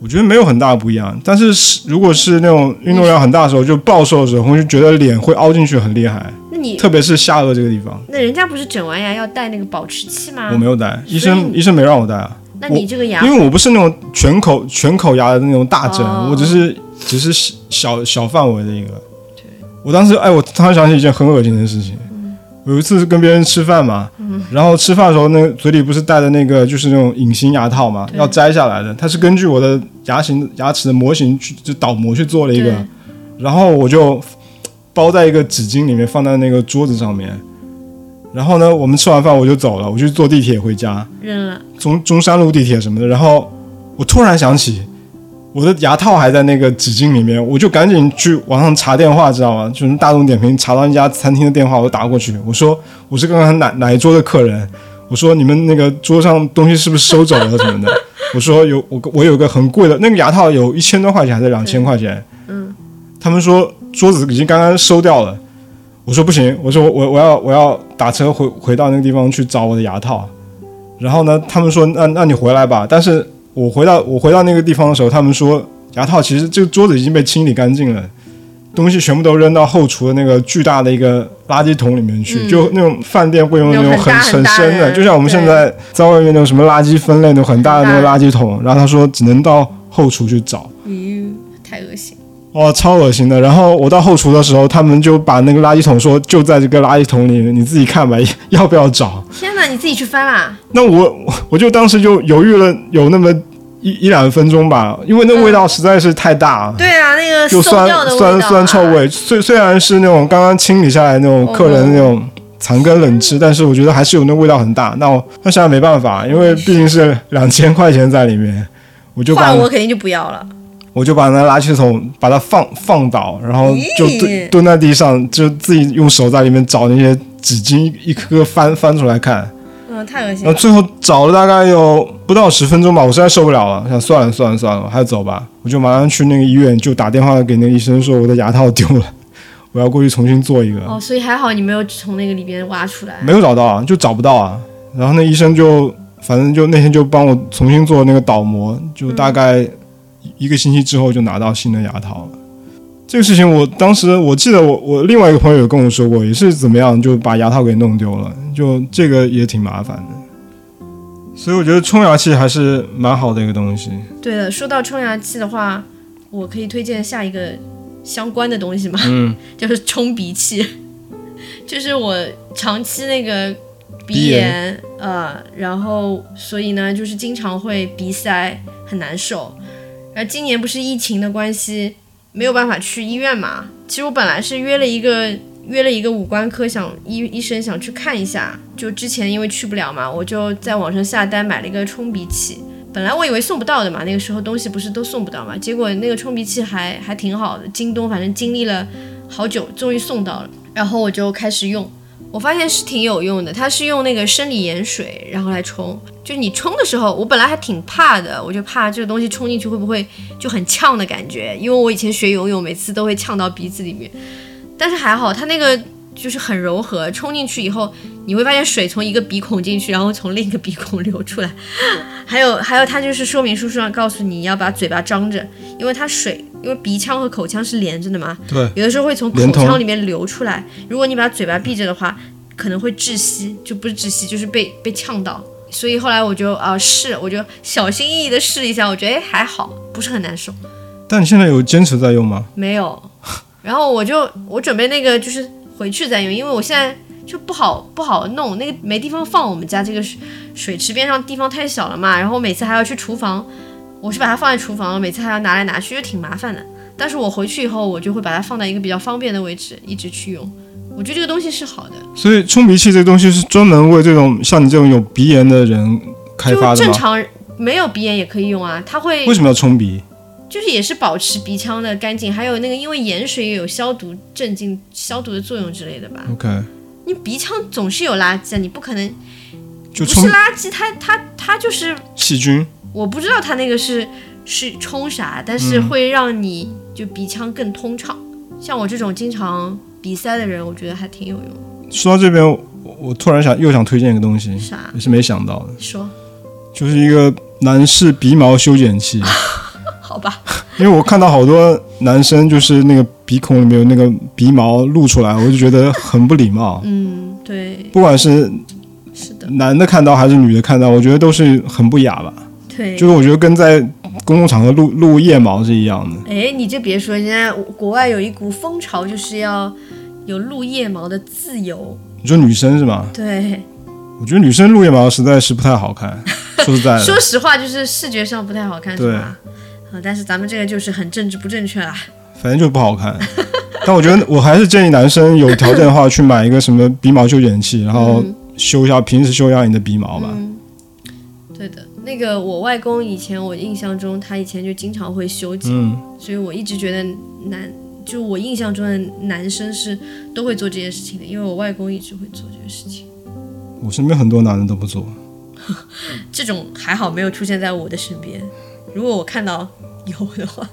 S3: 我觉得没有很大不一样。但是是如果是那种运动量很大的时候，就暴瘦的时候，我就觉得脸会凹进去很厉害，
S2: 那你
S3: 特别是下颚这个地方。
S2: 那人家不是整完牙要戴那个保持器吗
S3: 我？没有戴，医
S2: 所
S3: 生
S2: 以
S3: 医生没让我戴啊，
S2: 那你这个牙
S3: 因为我不是那种全口全口牙的那种大整，
S2: 哦
S3: 我只是只是
S2: 嗯
S3: 小小范围的一个。我当时哎，我突然想起一件很恶心的事情，我我有一次是跟别人吃饭嘛，然后吃饭的时候那个嘴里不是戴的那个就是那种隐形牙套嘛，要摘下来的，它是根据我的牙形牙齿的模型去就倒模去做了一个
S2: 对，
S3: 然后我就包在一个纸巾里面放在那个桌子上面，然后呢，我们吃完饭我就走了，我就坐地铁回家，
S2: 扔了，
S3: 中中山路地铁什么的，然后我突然想起我的牙套还在那个纸巾里面，我就赶紧去网上查电话，知道吗？就是大众点评查到一家餐厅的电话，我就打过去，我说我是刚刚哪哪一桌的客人，我说你们那个桌上东西是不是收走了什么的？ 我说有我我有个很贵的那个牙套有一千多块钱还是两千块钱，
S2: 嗯，
S3: 他们说桌子已经刚刚收掉了。我说不行，我说我我我要我要打车回回到那个地方去找我的牙套，然后呢，他们说那那你回来吧。但是我回到我回到那个地方的时候，他们说牙套其实这个桌子已经被清理干净了，东西全部都扔到后厨的那个巨大的一个垃圾桶里面去，
S2: 嗯
S3: 就那种饭店会用那种
S2: 那种很大
S3: 很
S2: 很大的
S3: 深的，就像我们
S2: 对
S3: 现在在外面那种什么垃圾分类那种很大的那
S2: 很
S3: 个
S2: 大
S3: 垃圾桶。然后他说只能到后厨去找。
S2: 咦，哎太恶心。
S3: 哇，超恶心的！然后我到后厨的时候，他们就把那个垃圾桶说就在这个垃圾桶里，你自己看吧，要不要找？
S2: 天哪，你自己去翻啦？
S3: 那我我我就当时就犹豫了有那么一一两分钟吧，因为那味道实在是太大，
S2: 对啊，那个馊
S3: 又酸
S2: 掉的味道、啊
S3: 酸酸臭。味。虽虽然是那种刚刚清理下来那种客人的那
S2: 哦
S3: 种残羹冷炙，但是我觉得还是有那味道很大。那我那现在没办法，因为毕竟是两千块钱在里面，我就把
S2: 换我肯定就不要了。
S3: 我就把那垃圾桶把它放放倒，然后就蹲
S2: 咦
S3: 蹲在地上，就自己用手在里面找那些纸巾，一颗颗翻翻出来看。
S2: 嗯，太恶心
S3: 然后
S2: 了。
S3: 最后找了大概有不到十分钟吧，我实在受不了了，想算了算了算了，我还是走吧。我就马上去那个医院，就打电话给那个医生说我的牙套丢了，我要过去重新做一个。
S2: 哦，所以还好你没有从那个里边挖出来。
S3: 没有找到啊，就找不到啊。然后那医生就反正就那天就帮我重新做那个倒模，就大概一个星期之后就拿到新的牙套了。这个事情我当时我记得我我另外一个朋友有跟我说过，也是怎么样就把牙套给弄丢了，就这个也挺麻烦的。所以我觉得冲牙器还是蛮好的一个东西。
S2: 对的，说到冲牙器的话，我可以推荐下一个相关的东西吗？
S3: 嗯，
S2: 就是冲鼻器，就是我长期那个
S3: 鼻
S2: 鼻
S3: 炎
S2: 炎，呃，然后所以呢，就是经常会鼻塞，很难受。而今年不是疫情的关系，没有办法去医院嘛。其实我本来是约了一个约了一个五官科想医医生想去看一下，就之前因为去不了嘛，我就在网上下单买了一个冲鼻器。本来我以为送不到的嘛，那个时候东西不是都送不到嘛，结果那个冲鼻器还还挺好的，京东反正经历了好久，终于送到了，然后我就开始用。我发现是挺有用的，它是用那个生理盐水，然后来冲。就是你冲的时候，我本来还挺怕的，我就怕这个东西冲进去会不会就很呛的感觉，因为我以前学游泳，每次都会呛到鼻子里面。但是还好，它那个就是很柔和，冲进去以后，你会发现水从一个鼻孔进去，然后从另一个鼻孔流出来。 还有还有，它就是说明书上告诉你要把嘴巴张着，因为它水，因为鼻腔和口腔是连着的嘛，
S3: 对，
S2: 有的时候会从口
S3: 连通
S2: 腔里面流出来。如果你把嘴巴闭着的话，可能会窒息，就不是窒息，就是被被呛到。所以后来我就啊、试，我就小心翼翼的试一下，我觉得哎还好，不是很难受，
S3: 但你现在有坚持在用吗？
S2: 没有。然后我就我准备那个就是回去再用，因为我现在就不好不好弄，那个没地方放，我们家这个水水池边上地方太小了嘛，然后每次还要去厨房，我是把它放在厨房，每次还要拿来拿去，就挺麻烦的。但是我回去以后，我就会把它放在一个比较方便的位置，一直去用。我觉得这个东西是好的，
S3: 所以冲鼻器这个东西是专门为这种像你这种有鼻炎的人开发
S2: 就正
S3: 的吗？
S2: 常没有鼻炎也可以用啊，它会
S3: 为什么要冲鼻？
S2: 就是也是保持鼻腔的干净，还有那个因为盐水也有消毒、镇静、消毒的作用之类的吧。
S3: OK，
S2: 你鼻腔总是有垃圾啊，你不可能
S3: 就
S2: 不是
S3: 冲
S2: 垃圾，它它它就是
S3: 细菌。
S2: 我不知道它那个是是冲啥，但是
S3: 嗯
S2: 会让你就鼻腔更通畅。像我这种经常鼻塞的人，我觉得还挺有用的。
S3: 说到这边，我我突然想又想推荐一个东西，
S2: 啥？
S3: 也是没想到的，
S2: 说
S3: 就是一个男士鼻毛修剪器。
S2: 好吧，
S3: 因为我看到好多男生就是那个鼻孔里面有那个鼻毛露出来，我就觉得很不礼貌。
S2: 嗯，对，
S3: 不管是
S2: 是的，
S3: 男的看到还是女的看到，我觉得都是很不雅吧。
S2: 对。
S3: 就是我觉得跟在公共场合露露腋毛是一样的。
S2: 哎，你就别说，现在国外有一股风潮，就是要有露腋毛的自由。
S3: 你说女生是吗？
S2: 对，
S3: 我觉得女生露腋毛实在是不太好看，说实在的，
S2: 说实话就是视觉上不太好看，是
S3: 哎对
S2: 吧？啊，但是咱们这个就是很政治不正确啦。啊
S3: 反正就不好看。 但我觉得我还是建议男生有条件的话，去买一个什么鼻毛修剪器，然后
S2: 嗯
S3: 修一下，平时修一下你的鼻毛吧。
S2: 对的，那个我外公以前我印象中他以前就经常会修剪，
S3: 嗯，
S2: 所以我一直觉得男，就我印象中的男生是都会做这件事情的，因为我外公一直会做这个事情。
S3: 我身边很多男人都 不做，
S2: 这种还好没有出现在我的身边，如果我看到有的话，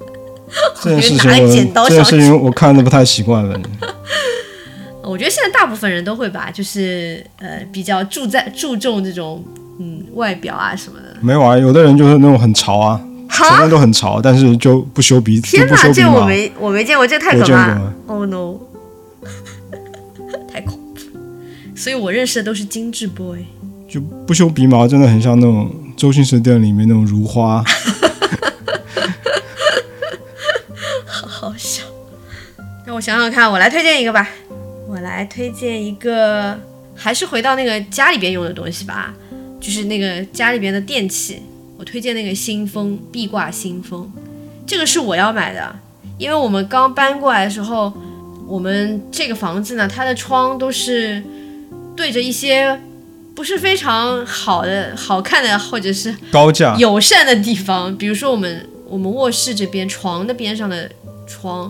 S3: 这件事情
S2: 拿剪刀
S3: 我这件
S2: 上
S3: 事情我看的不太习惯了。
S2: 我觉得现在大部分人都会吧，就是呃比较注在注重这种嗯外表啊什么的。
S3: 没有啊，有的人就是那种很潮啊，前面都很潮，啊但是就不修鼻，就
S2: 天
S3: 不修
S2: 哪，
S3: 鼻
S2: 这我
S3: 毛。
S2: 没我没见过，这太
S3: 我
S2: 可
S3: 见
S2: 怕
S3: 过
S2: 了！Oh no，太恐怖了。所以我认识的都是精致 boy。
S3: 就不修鼻毛，真的很像那种周星驰电影里面那种如花。
S2: 好笑。那我想想看，我来推荐一个吧。我来推荐一个，还是回到那个家里边用的东西吧，就是那个家里边的电器。我推荐那个新风壁挂新风，这个是我要买的，因为我们刚搬过来的时候，我们这个房子呢，它的窗都是对着一些不是非常好的、好看的，或者是
S3: 高价，
S2: 友善的地方，比如说我们我们卧室这边床的边上的窗，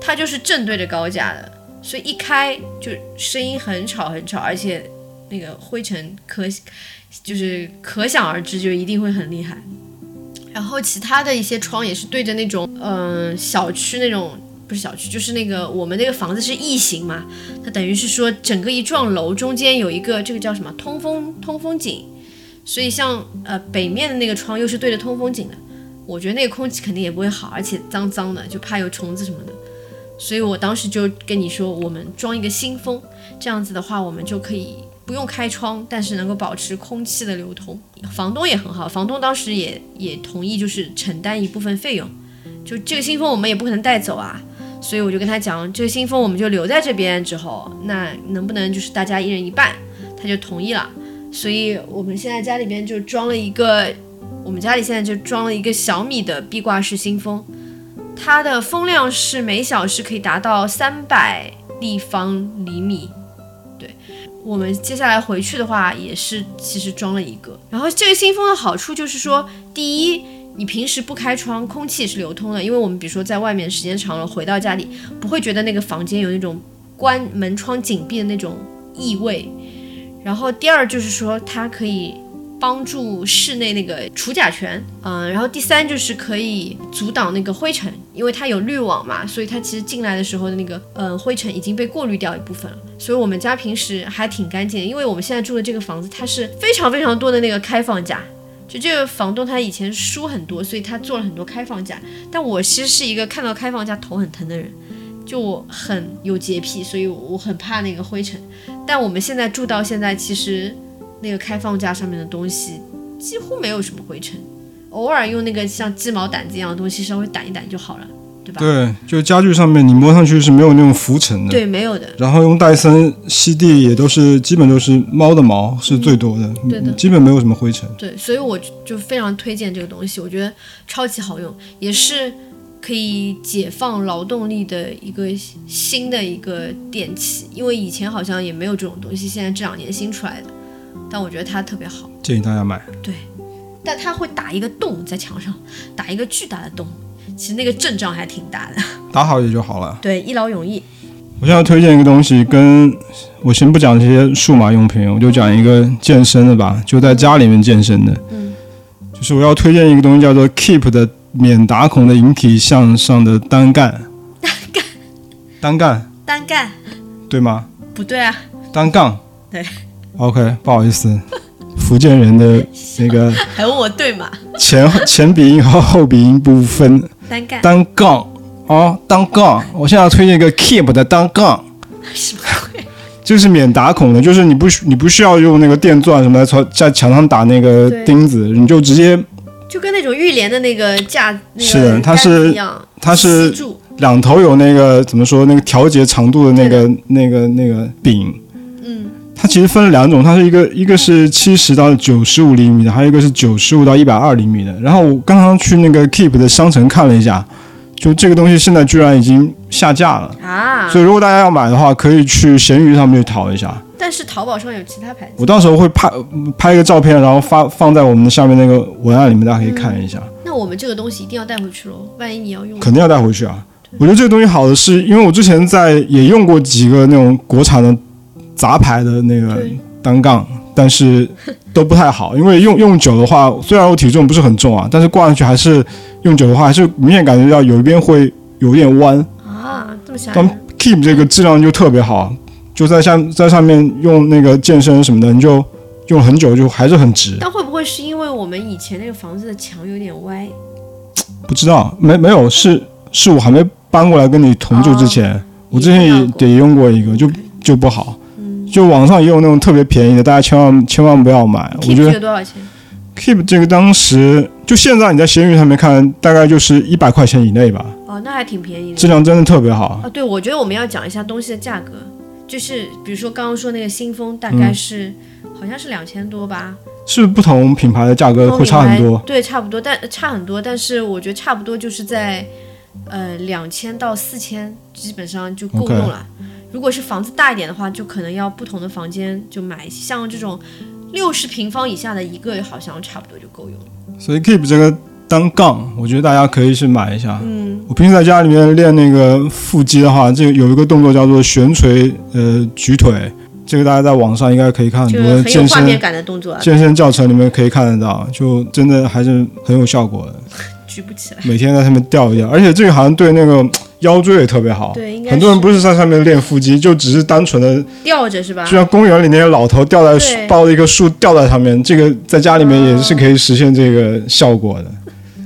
S2: 它就是正对着高架的，所以一开就声音很吵很吵，而且那个灰尘可就是可想而知，就一定会很厉害。然后其他的一些窗也是对着那种嗯、呃小区那种。不是小区，就是那个我们那个房子是异形嘛，它等于是说整个一幢楼中间有一个这个叫什么通风通风井，所以像呃北面的那个窗又是对着通风井的，我觉得那个空气肯定也不会好，而且脏脏的，就怕有虫子什么的。所以我当时就跟你说，我们装一个新风，这样子的话，我们就可以不用开窗，但是能够保持空气的流通。房东也很好，房东当时也也同意，就是承担一部分费用。就这个新风我们也不可能带走啊，所以我就跟他讲，这个新风我们就留在这边之后，那能不能就是大家一人一半？他就同意了。所以我们现在家里边就装了一个，我们家里现在就装了一个小米的壁挂式新风，它的风量是每小时可以达到三百立方厘米。对，我们接下来回去的话也是其实装了一个。然后这个新风的好处就是说，第一。你平时不开窗，空气也是流通的，因为我们比如说在外面时间长了，回到家里不会觉得那个房间有那种关门窗紧闭的那种异味，然后第二就是说它可以帮助室内那个除甲醛，嗯、然后第三就是可以阻挡那个灰尘，因为它有滤网嘛，所以它其实进来的时候的那个嗯、呃灰尘已经被过滤掉一部分了，所以我们家平时还挺干净的，因为我们现在住的这个房子它是非常非常多的那个开放架。就这个房东他以前书很多，所以他做了很多开放架。但我其实是一个看到开放架头很疼的人，就我很有洁癖，所以我很怕那个灰尘。但我们现在住到现在，其实那个开放架上面的东西几乎没有什么灰尘，偶尔用那个像鸡毛掸子一样的东西稍微掸一掸就好了，对吧？
S3: 对，就家具上面你摸上去是没有那种浮尘的。
S2: 对，没有的。
S3: 然后用戴森吸地也都是基本都是猫的毛是最多的，
S2: 嗯对的
S3: 基本没有什么灰尘。
S2: 对，所以我就就非常推荐这个东西，我觉得超级好用，也是可以解放劳动力的一个新的一个电器，因为以前好像也没有这种东西，现在这两年新出来的，但我觉得它特别好。
S3: 建议大家买，
S2: 但它会打一个洞在墙上，打一个巨大的洞，其实那个阵仗还挺大的。
S3: 打好也就好了。
S2: 对，一劳永逸。
S3: 我现在推荐一个东西，跟我先不讲这些数码用品，我就讲一个健身的吧，就在家里面健身的。
S2: 嗯，
S3: 就是我要推荐一个东西，叫做 Keep 的免打孔的引体向上的单干。单干。单干，
S2: 单干
S3: 对吗？
S2: 不对啊，
S3: 单杠。
S2: 对。
S3: OK，不好意思，福建人的那个
S2: 还问我对吗？
S3: 前前鼻音和后鼻音不分。
S2: 单干
S3: 单杠啊，单杠！我现在要推荐一个 Keep 的单杠，
S2: 什么鬼？
S3: 就是免打孔的，就是你不需你不需要用那个电钻什么的，从在墙上打那个
S2: 对
S3: 钉子，你就直接
S2: 就跟那种浴帘的那个架，那个
S3: 是的它
S2: 杆子
S3: 是
S2: 一样，
S3: 它是
S2: 吸住，
S3: 两头有那个怎么说那个调节长度的那个那个那个柄，
S2: 嗯，
S3: 它其实分了两种，它是一个一个是七十到九十五厘米的，还有一个是九十五到一百二厘米的。然后我刚刚去那个 Keep 的商城看了一下，就这个东西现在居然已经下架了。
S2: 啊
S3: 所，以如果大家要买的话，可以去闲鱼上面去淘一下。
S2: 但是淘宝上有其他牌子。
S3: 我到时候会拍拍一个照片，然后发放在我们的下面那个文案里面，大家可以看一下。
S2: 那我们这个东西一定要带回去喽，万一你要用，
S3: 肯定要带回去啊。我觉得这个东西好的是，因为我之前在也用过几个那种国产的杂牌的那个
S2: 对
S3: 单杠，但是都不太好，因为用用久的话，虽然我体重不是很重啊，但是挂上去还是用久的话，还是明显感觉到有一边会有点弯。
S2: 啊，这么吓
S3: 但
S2: 人，
S3: Keep 这个质量就特别好，就在上在上面用那个健身什么的，你就用很久就还是很直。
S2: 但会不会是因为我们以前那个房子的墙有点歪？
S3: 不知道，没没有，是是我还没搬过来跟你同住之前，
S2: 哦
S3: 我之前
S2: 你
S3: 也
S2: 遇到过
S3: 也用过一个，就就不
S2: 嗯
S3: 好。就网上也有那种特别便宜的，大家千万千万不要买。我
S2: keep 这
S3: 觉得
S2: 个多少钱？
S3: Keep 这个当时就现在你在闲鱼上面看，大概就是一百块钱以内吧，
S2: 哦，那还挺便宜的
S3: 质。量真的特别好。
S2: 啊，对，我觉得我们要讲一下东西的价格，就是比如说刚刚说那个新风，大
S3: 嗯
S2: 概是、好像是两千多吧，
S3: 是不同品牌的价格
S2: 跟
S3: 呃会差很
S2: 品牌
S3: 多，
S2: 对，差不多，但差很多，但是我觉得差不多就是在呃两千到四千，基本上就够
S3: OK
S2: 用了。如果是房子大一点的话，就可能要不同的房间就买，像这种六十平方以下的一个，好像差不多就够用了。
S3: 所以 Keep 这个单杠，我觉得大家可以去买一下。
S2: 嗯，
S3: 我平时在家里面练那个腹肌的话，这个有一个动作叫做悬垂呃举腿，这个大家在网上应该可以看很
S2: 就是
S3: 多
S2: 很有
S3: 健
S2: 画面
S3: 身
S2: 感的动作啊，
S3: 健身教程里面可以看得到，就真的还是很有效果的。
S2: 举不起来。
S3: 每天在上面吊一吊，而且这个好像对那个腰椎也特别好。
S2: 对，应该
S3: 很多人
S2: 是
S3: 不是在上面练腹肌，就只是单纯的，
S2: 吊着是吧？
S3: 就像公园里那些老头吊在
S2: 啊
S3: 树
S2: 对
S3: 抱着一棵树吊在上面，这个在家里面也是可以实现这个效果的，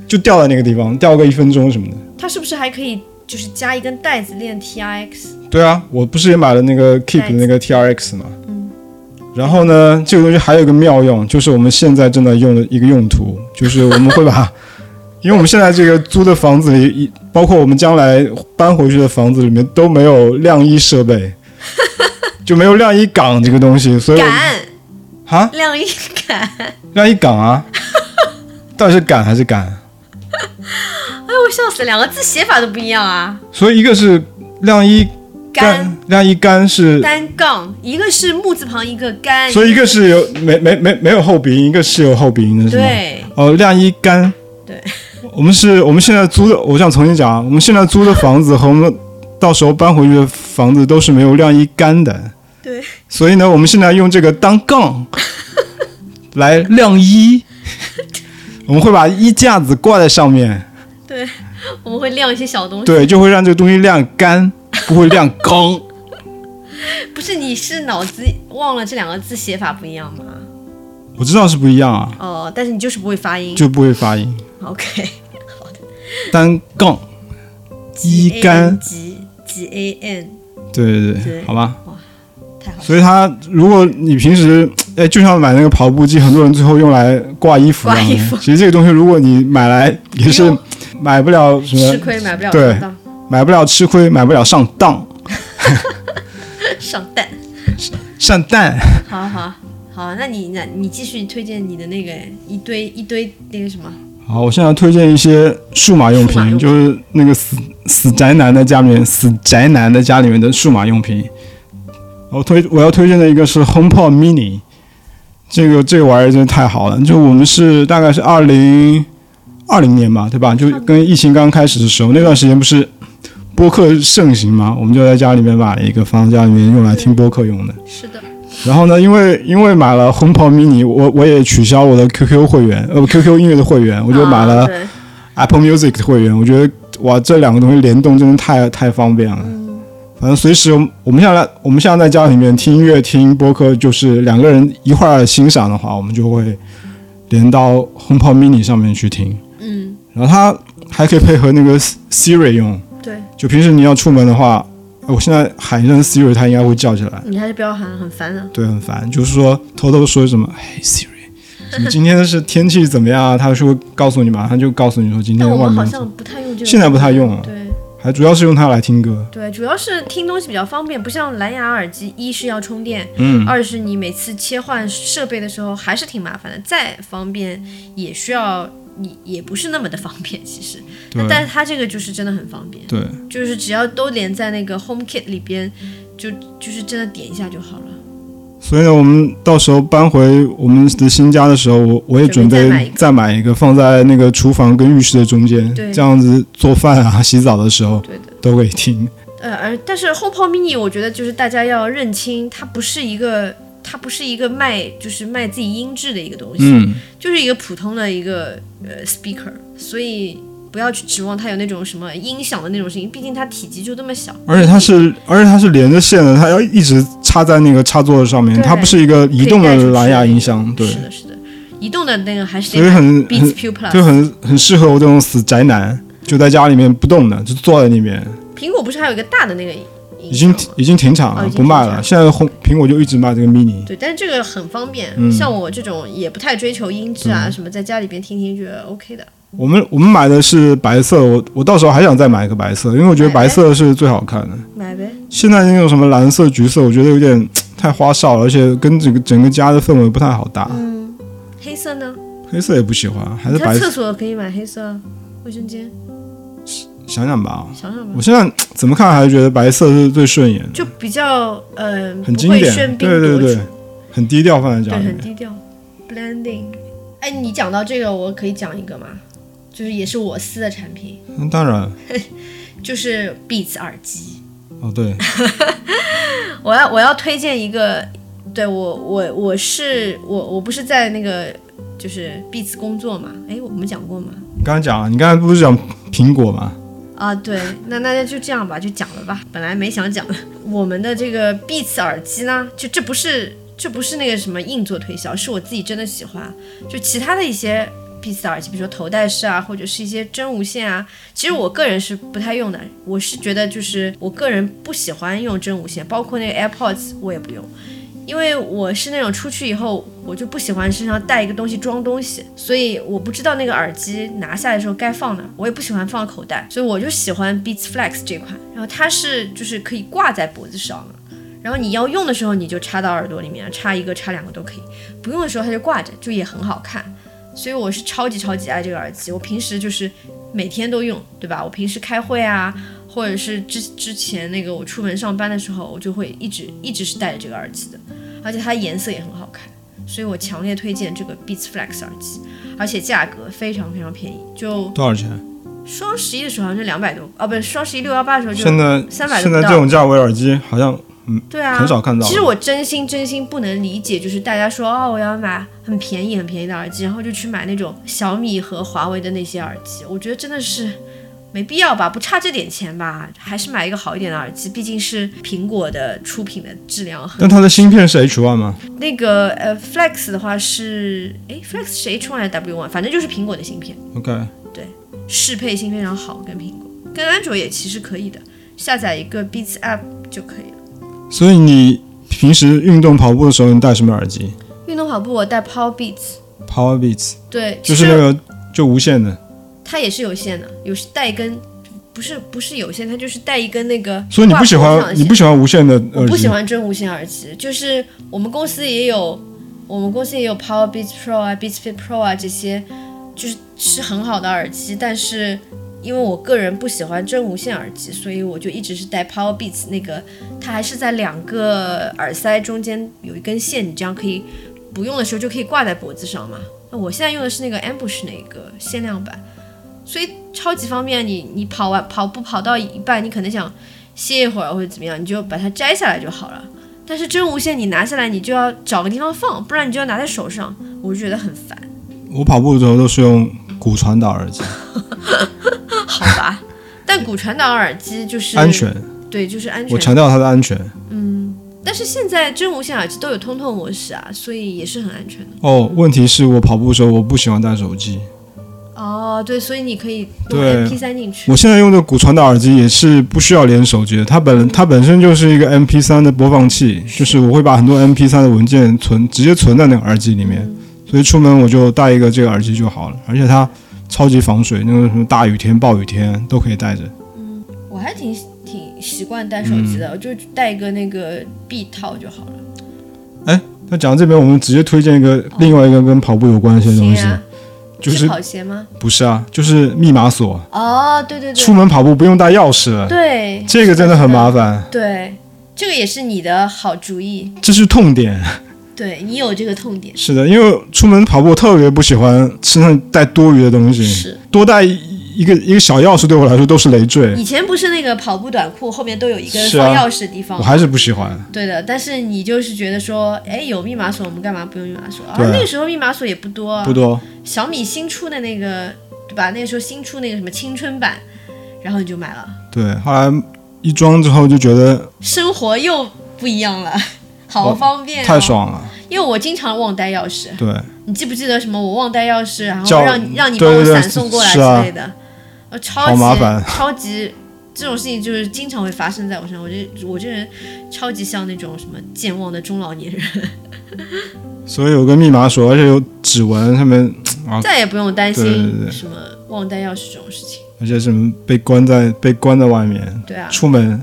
S3: 就吊在那个地方，吊个一分钟什么的。
S2: 它是不是还可以就是加一根带子练 T R X？
S3: 对啊，我不是也买了那个 Keep
S2: 袋
S3: 的
S2: 子
S3: 那个 TRX 嘛。嗯。然后呢，这个东西还有一个妙用，就是我们现在正在用的一个用途，就是我们会把， 因为我们现在这个租的房子里，一包括我们将来搬回去的房子里面都没有晾衣设备，就没有晾衣杆这个东西，所 以我们
S2: 杆
S3: 啊，
S2: 晾衣杆。哎
S3: 晾衣 杆啊，到底是杆还是杆？
S2: 哎，我笑死，两个字写法都不一样啊。
S3: 所以一个是晾衣
S2: 杆
S3: 杆，晾衣杆是
S2: 单杠，一个是木字旁，一个杆。
S3: 所以一个是有没没没没有后鼻音，一个是有后鼻音的，是吗？
S2: 对，
S3: 哦，晾衣杆。
S2: 对，
S3: 我们是我们现在租的，我想重新讲啊，我们现在租的房子 和我们到时候搬回去的房子都是没有晾衣杆的。
S2: 对，
S3: 所以呢，我们现在用这个当 杠来晾衣，我们会把衣架子挂在上面，
S2: 我们会晾一些小东西。
S3: 对，就会让这个东西晾 干，不会晾刚。
S2: 不是，你是脑子忘了这两个字写法不一样吗？
S3: 我知道是不一样啊，
S2: 哦，但是你就是不会发音。
S3: 就不会发音。
S2: OK，
S3: 单杠，衣杆，
S2: G G A N，
S3: 对对对，
S2: 对
S3: 好吧。
S2: 太好了。
S3: 所以它，如果你平时，哎，就像买那个跑步机，很多人最后用来挂衣服一样
S2: 挂衣
S3: 的
S2: 服。
S3: 其实这个东西，如果你买来也是
S2: 用
S3: 买不了什
S2: 吃
S3: 么，
S2: 亏买不了
S3: 对
S2: 上当，
S3: 买不了吃亏，买不了上当、
S2: 上当。
S3: 上当。
S2: 好好好，那你那你继续推荐你的那个一堆一堆那个什么？
S3: 好，我现在推荐一些数码用
S2: 数码用
S3: 品，
S2: 品
S3: 就是那个死死宅男的家里面，死宅男的家里面的数码用品。我推我要推荐的一个是 HomePod Mini，这个这个玩意儿真的太好了。就我们是大概是二零二零年吧，对吧？就跟疫情刚开始的时候，那段时间不是播客盛行嘛，我们就在家里面买了一个，放在家里面用来听播客用的。
S2: 是的，
S3: 然后呢，因为因为买了 HomePod Mini，我我也取消我的 QQ 会员，呃不 QQ 音乐的会员，我就买了
S2: 啊。对
S3: Apple Music 的会员，我觉得哇，这两个东西联动真的太太方便了。
S2: 嗯
S3: 反正随时我们我们现在我们现在在家里面听音乐、听播客，就是两个人一块儿欣赏的话，我们就会连到 HomePod Mini 上面去听。
S2: 嗯，
S3: 然后它还可以配合那个 Siri 用，
S2: 对，
S3: 就平时你要出门的话，我现在喊一声 Siri，它应该会叫起来。
S2: 你还是不要喊，很烦的。
S3: 对，很烦，就是说偷偷说什么，嘿 Siri，什么今天是天气怎么样啊？它是会告诉你，马上就告诉你说今
S2: 但
S3: 天
S2: 我
S3: 外
S2: 们好
S3: 面怎么。
S2: 像不太用这个，
S3: 现在不太用了。
S2: 对，
S3: 还主要是用它来听歌。
S2: 对，主要是听东西比较方便，不像蓝牙耳机，一是要充电，
S3: 嗯，
S2: 二是你每次切换设备的时候还是挺麻烦的，再方便也需要你也不是那么的方便，其实。
S3: 对
S2: 但是它这个就是真的很方便，
S3: 对，
S2: 就是只要都连在那个 HomeKit 里边，就就是真的点一下就好了。
S3: 所以呢，我们到时候搬回我们的新家的时候，我我也
S2: 准
S3: 准
S2: 备
S3: 备再买一个，放在那个厨房跟浴室的中间，
S2: 对
S3: 这样子做饭啊、洗澡的时候
S2: 对的。
S3: 都可以听。
S2: 呃，而但是 HomePod Mini，我觉得就是大家要认清，它不是一个，它不是一个卖就是卖自己音质的一个东西，
S3: 嗯，
S2: 就是一个普通的一个呃 speaker，所以不要去指望它有那种什么音响的那种声音，毕竟它体积就这么小。
S3: 而且它是，而且它是连着线的，它要一直插在那个插座上面，
S2: 对
S3: 它不是一个移动的
S2: 可以带出去
S3: 蓝牙音箱，对，
S2: 是的，是的，移动的那个还是
S3: 所
S2: 得
S3: 以
S2: 买
S3: 很很
S2: Beats Pro Plus。
S3: 就很很适合我这种死宅男，就在家里面不动的，就坐在里面，
S2: 苹果不是还有一个大的那个音
S3: 已经
S2: 响吗？
S3: 已经停产
S2: 哦
S3: 了
S2: 已，经
S3: 不卖
S2: 停
S3: 了。
S2: 产
S3: 现在红苹果就一直卖这个 mini，
S2: 对，但是这个很方便，
S3: 嗯
S2: 像我这种也不太追求音质啊、什么，在家里边听听觉得 OK 的。
S3: 我们我们买的是白色，我我到时候还想再买一个白色，因为我觉得白色是最好看的。
S2: 买呗，
S3: 现在那种什么蓝色、橘色，我觉得有点太花哨了，而且跟整个整个家的氛围不太好搭。
S2: 嗯，黑色呢？
S3: 黑色也不喜欢，还是
S2: 他
S3: 白
S2: 厕
S3: 色。
S2: 所可以买黑色啊卫生间，
S3: 想想吧，
S2: 想想吧
S3: 我，现在怎么看还是觉得白色是最顺眼，
S2: 就比较嗯、
S3: 很
S2: 不
S3: 经
S2: 会
S3: 典，
S2: 喧宾
S3: 对对
S2: 夺主，
S3: 对，很低调放在家
S2: 对
S3: 里
S2: 很
S3: 面。
S2: 低调，blending。哎，你讲到这个，我可以讲一个吗？就是也是我司的产品，
S3: 那当然，
S2: 就是 Beats 耳机。
S3: 哦对，
S2: 我要我要推荐一个，对我我我是我我不是在那个就是 Beats 工作嘛？哎，我们讲过吗？
S3: 你刚才讲了，啊你刚才不是讲苹果吗？
S2: 啊，对，那那就这样吧，就讲了吧。本来没想讲的，我们的这个 Beats 耳机呢，就这不是这不是那个什么硬做推销，是我自己真的喜欢。就其他的一些 Beats 耳机，比如说头戴式啊，或者是一些真无线啊，其实我个人是不太用的。我是觉得就是我个人不喜欢用真无线，包括那个 AirPods 我也不用。因为我是那种出去以后，我就不喜欢身上带一个东西装东西，所以我不知道那个耳机拿下来的时候该放哪儿，我也不喜欢放口袋，所以我就喜欢 Beats Flex 这款。然后它是就是可以挂在脖子上的，然后你要用的时候你就插到耳朵里面，插一个插两个都可以，不用的时候它就挂着，就也很好看。所以我是超级超级爱这个耳机，我平时就是每天都用，对吧？我平时开会啊，或者是之之前那个我出门上班的时候，我就会一直一直是戴着这个耳机的。而且它颜色也很好看，所以我强烈推荐这个 Beats Flex 耳机，而且价格非常非常便宜，就
S3: 多少钱？
S2: 双十一的时候好像是两百多，啊，不是双十一六幺八的时候就
S3: 现在
S2: 300
S3: 现在
S2: 都不到
S3: 这种价位耳机好像
S2: 对啊，
S3: 很少看到
S2: 其实我真心真心不能理解，就是大家说哦，我要买很便宜很便宜的耳机，然后就去买那种小米和华为的那些耳机，我觉得真的是没必要吧，不差这点钱吧，还是买一个好一点的耳机，毕竟是苹果的出品的质量很
S3: 但它的芯片是 H one 吗？
S2: 那个呃，Flex 的话是，哎，Flex 是 H1 还是 W1？反正就是苹果的芯片，
S3: OK，
S2: 适配性非常好，跟苹果，跟安卓也其实可以的，下载一个 Beats App 就可以了。
S3: 所以你平时运动跑步的时候，你戴什么耳机
S2: 运动跑步我带 Power Beats，
S3: ？Power Beats，
S2: 对，
S3: 就是
S2: 其
S3: 那
S2: 实
S3: 个就无线的。
S2: 它也是有线的，有时带一根，不是不是有线，它就是带一根那个。
S3: 所以你不喜欢你不喜欢无线的
S2: 我
S3: 耳
S2: 不喜
S3: 机？
S2: 欢真无线耳机，就是我们公司也有，我们公司也有 Power Beats Pro 啊、Beats Fit Pro 啊这些，就是是很好的耳机，但是因为我个人不喜欢真无线耳机，所以我就一直是戴 Power Beats 那个，它还是在两个耳塞中间有一根线，你这样可以不用的时候就可以挂在脖子上嘛。那我现在用的是那个 Ambush 那个限量版，所以超级方便。啊你你跑完跑步跑到一半，你可能想歇一会儿或者怎么样，你就把它摘下来就好了。但是真无线你拿下来，你就要找个地方放，不然你就要拿在手上，我就觉得很 烦，
S3: 我跑步的时候都是用骨传导耳机，
S2: 好吧？但骨传导耳机就是
S3: 安，全。
S2: 对，就是安
S3: 我
S2: 全。
S3: 强调它的安全。
S2: 但是现在真无线耳机都有通透模式啊，所以也是很安全的。
S3: 哦，问题是我跑步的时候我不喜欢带手机。
S2: 哦，对，所以你可以用
S3: 对
S2: MP 3进去
S3: 我。现在用的骨传导耳机也是不需要连手机的，它本它本身就是一个 MP 3的播放器，就是我会把很多 MP 3的文件存直接存在那个耳机里面，所以出门我就带一个这个耳机就好了，而且它超级防水，那个什么大雨天、暴雨天都可以带着。
S2: 我还还挺挺习惯带手机的，我就带一个那个臂套就好了。
S3: 那讲到这边，我们直接推荐一个另外一个跟跑步有关系的东
S2: 行
S3: 西，
S2: 啊，
S3: 就是
S2: 跑鞋吗？
S3: 不是啊，就是密码锁，
S2: 哦，对对
S3: 出
S2: 对，
S3: 门跑步不用带钥匙了，
S2: 对
S3: 这个真的很麻烦，
S2: 对，这个也是你的好主意，
S3: 这是痛点。
S2: 对你有这个痛点，
S3: 是的，因为出门跑步我特别不喜欢身上带多余的东西，
S2: 是。
S3: 多带一个一个小钥匙对我来说都是累赘，
S2: 以前不是那个跑步短裤后面都有一个
S3: 是啊
S2: 放钥匙的地方
S3: 我
S2: 吗，
S3: 还是不喜欢。
S2: 对的，但是你就是觉得说，哎，有密码锁，我们干嘛不用密码锁？啊，
S3: 对
S2: 那个时候密码锁也不多啊，
S3: 不多，
S2: 小米新出的那个，对吧？那个时候新出那个什么青春版，然后你就买了，
S3: 对，后来一装之后就觉得
S2: 生活又不一样了，好
S3: 哇
S2: 方便、哦
S3: 哦太！爽了，
S2: 因为我经常忘带钥匙，
S3: 对，
S2: 你记不记得什么？我忘带钥匙，然后
S3: 叫
S2: 让你让你
S3: 对
S2: 帮我
S3: 对对
S2: 闪送过来
S3: 是啊
S2: 之类的，呃，超级
S3: 好麻烦
S2: 超级这种事情就是经常会发生在我身上。我这我这人超级像那种什么健忘的中老年人，
S3: 所以有个密码锁，而且有指纹，上面啊，
S2: 再也不用担
S3: 对对
S2: 心
S3: 对
S2: 什么忘带钥匙这种事情。
S3: 而且什么被关在被关在外面，
S2: 对啊，
S3: 出门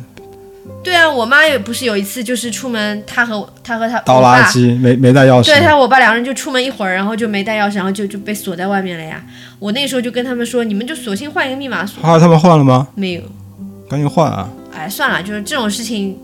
S2: 对啊，我妈也不是有一次就是出门，她和我她和她
S3: 倒
S2: 我爸
S3: 垃圾没没带钥匙，
S2: 对他，我爸两人就出门一会儿，然后就没带钥匙，然后就就被锁在外面了呀。我那时候就跟他们说，你们就索性换一个密码锁。
S3: 后来他们换了吗？
S2: 没有，
S3: 赶紧换啊！
S2: 哎，算了，就是这种事情，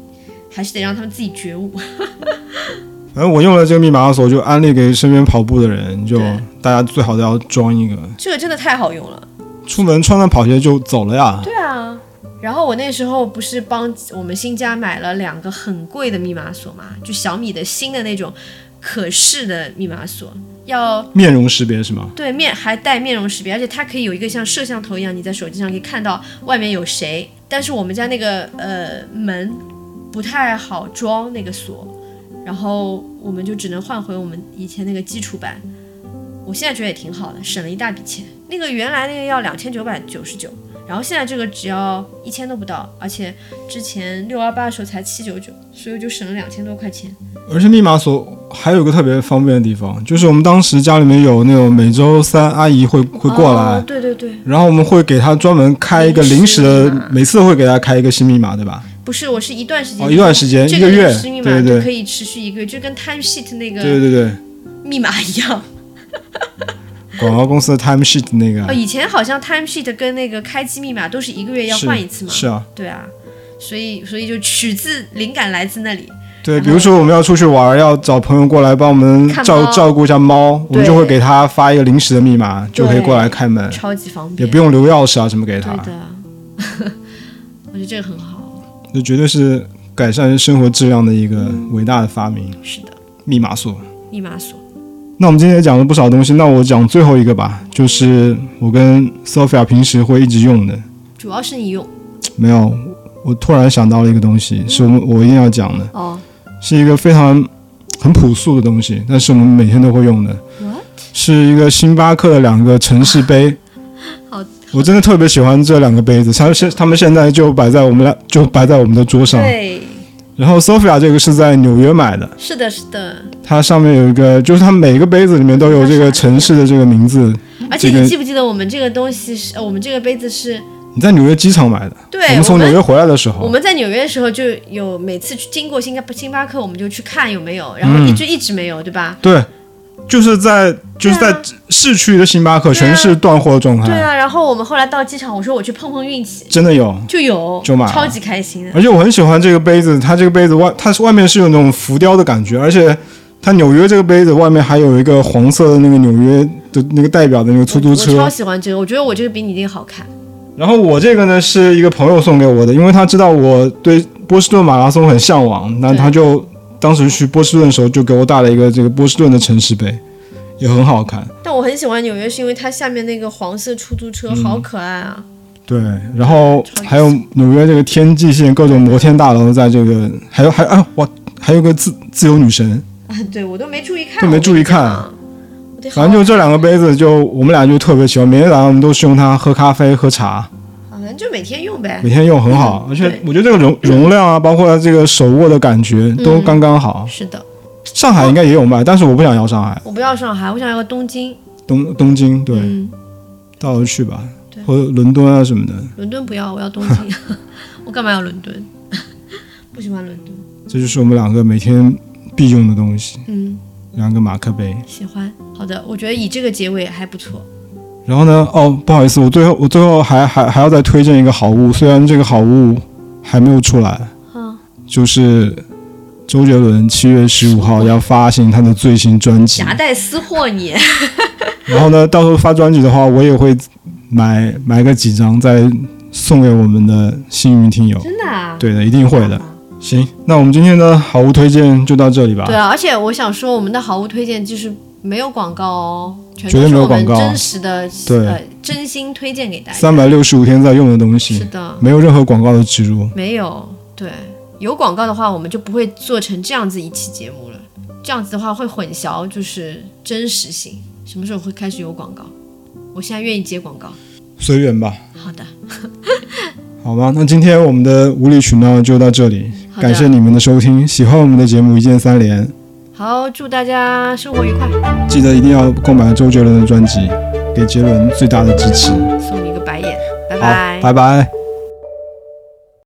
S2: 还是得让他们自己觉悟。
S3: 反正我用了这个密码锁，我就安利给身边跑步的人，就
S2: 对
S3: 大家最好都要装一个，
S2: 这个真的太好用了。
S3: 出门穿上跑鞋就走了呀。
S2: 对啊，然后我那时候不是帮我们新家买了两个很贵的密码锁嘛，就小米的新的那种可视的密码锁，要
S3: 面容识别是吗？
S2: 对面还带面容识别，而且它可以有一个像摄像头一样，你在手机上可以看到外面有谁。但是我们家那个呃门不太好装那个锁，然后我们就只能换回我们以前那个基础版。我现在觉得也挺好的，省了一大笔钱。那个原来那个要两千九百九十九，然后现在这个只要一千都不到，而且之前六幺八的时候才七九九，所以我就省了两千多块钱。
S3: 而且密码锁还有一个特别方便的地方，就是我们当时家里面有那种每周三阿姨会会过来，
S2: 哦对对对，
S3: 然后我们会给她专门开一个
S2: 临
S3: 临
S2: 时
S3: 时
S2: 密
S3: 的
S2: 码，
S3: 每次会给她开一个新密码，对吧？
S2: 不是，我是一段时间，
S3: 哦一段时间
S2: 这
S3: 一个月
S2: 是密码
S3: 对对
S2: 就
S3: 对
S2: 可以持续一个月，就跟 time sheet 那
S3: 对嗯
S2: 个
S3: 对对，
S2: 密码一样。
S3: 广告公司的 time sheet 那个
S2: 哦，以前好像 time sheet 跟那个开机密码都是一个月要
S3: 是
S2: 换一次嘛。
S3: 是啊，
S2: 对啊，所以所以就取自灵感来自那里。
S3: 对，
S2: 然后
S3: 比如说我们要出去玩儿，要找朋友过来帮我们
S2: 嗯看
S3: 照
S2: 猫
S3: 照顾一下猫，我
S2: 对
S3: 们就会给他发一个临时的密码，就可以过来开门，
S2: 超级方便，
S3: 嗯也不用留钥匙啊什么给他
S2: 对，的， 我觉得这个很好。
S3: 这绝对是改善生活质量的一个伟大的发明
S2: 是的，
S3: ——密码锁。
S2: 密码锁。
S3: 那我们今天也讲了不少东西，那我讲最后一个吧，就是我跟 Sophia 平时会一直用的。
S2: 主要是你用
S3: 没有，我突然想到了一个东西，是我们我一定要讲的，
S2: 哦，。
S3: 是一个非常很朴素的东西，但是我们每天都会用的。是一个星巴克的两个城市杯
S2: 好，
S3: 我真的特别喜欢这两个杯子，它现它们现在就摆在我们俩就摆在我们的桌上。
S2: 对，
S3: 然后 Sophia 这个是在纽约买的，
S2: 是的，是的。
S3: 它上面有一个，就是它每个杯子里面都有这个城市的这个名字。
S2: 而且
S3: 嗯这
S2: 你
S3: 个
S2: 记不记得我们这个东西是，呃我们这个杯子是，
S3: 你在纽约机场买的，
S2: 对，
S3: 我们从纽约回来的时
S2: 我
S3: 候，
S2: 们在纽约的时候就有每次去经过星巴星巴克，我们就去看有没有，然
S3: 嗯
S2: 后一直一直没有，对吧？
S3: 对，就是在就是在市区的星巴克，全是断货状
S2: 啊对
S3: 态，
S2: 啊，然后我们后来到机场，我说我去碰碰运气，
S3: 真的有。
S2: 就有，
S3: 就买了
S2: 超级开心的。
S3: 而且我很喜欢这个杯子，它这个杯子外它是外面是有那种浮雕的感觉，而且它纽约这个杯子外面还有一个黄色的那个纽约的那个代表的那个出租
S2: 我超
S3: 车。
S2: 喜欢这个，我觉得我这个比你那个好看。
S3: 然后我这个呢是一个朋友送给我的，因为他知道我对波士顿马拉松很向往，那
S2: 对
S3: 他就当时去波士顿的时候就给我带了一个这个波士顿的城市杯，也很好看。
S2: 但我很喜欢纽约，是因为它下面那个黄色出租
S3: 嗯
S2: 车好可爱啊！
S3: 对，然后还有纽约这个天际线各种摩天大楼，在这个还有还有啊我还有个自自由女神，
S2: 啊，对我都没注意看，
S3: 都没注意看
S2: 啊我得好
S3: 反正就这两个杯子，就我们俩就特别喜欢，每天早上我们都是用它喝咖啡、喝茶，
S2: 啊反正就每天用呗
S3: 每。天用很好，而且我觉得这个容容量啊，包括这个手握的感觉都刚刚好。
S2: 是的，
S3: 上海应该也有卖，但是我不想要上海，
S2: 我不要上海，我想要个东京。
S3: 东东京对，
S2: 嗯，
S3: 到时候去吧。
S2: 对
S3: 和伦敦啊什么的，
S2: 伦敦不要，我要东京。 我干嘛要伦敦？ 不喜欢伦敦。
S3: 这就是我们两个每天必用的东西，
S2: 嗯，
S3: 两个马克杯。
S2: 喜欢。好的，我觉得以这个结尾还不错。
S3: 然后呢，哦，不好意思，我最后我最后还还还要再推荐一个好物，虽然这个好物还没有出来，
S2: 嗯，
S3: 就是周杰伦七月十五号要发行他的最新专辑，
S2: 夹带私货你，
S3: 然后呢，到时候发专辑的话，我也会买买个几张再送给我们的幸运听友。
S2: 真的啊？
S3: 对的，一定会
S2: 好
S3: 的。
S2: 吧
S3: 行，那我们今天的好物推荐就到这里吧。
S2: 对啊，而且我想说，我们的好物推荐就是没有广告哦，全
S3: 绝
S2: 都
S3: 对
S2: 是
S3: 没有
S2: 我们
S3: 广告
S2: 真实的，
S3: 对
S2: 呃，真心推荐给大家。
S3: 三百六十五天在用的东
S2: 是
S3: 西，
S2: 的，
S3: 没有任何广告的植入。
S2: 没有，对，有广告的话，我们就不会做成这样子一期节目了。这样子的话会混淆，就是真实性。什么时候会开始有广告？我现在愿意接广告。
S3: 随缘吧，
S2: 好的，
S3: 好吗？那今天我们的无理取闹就到这里，
S2: 好的
S3: 感谢你们的收听。喜欢我们的节目，一键三连，
S2: 好，祝大家生活愉快，
S3: 记得一定要购买周杰伦的专辑，给杰伦最大的支持。
S2: 送你一个白眼，拜
S3: 好，
S2: 拜。
S3: 拜拜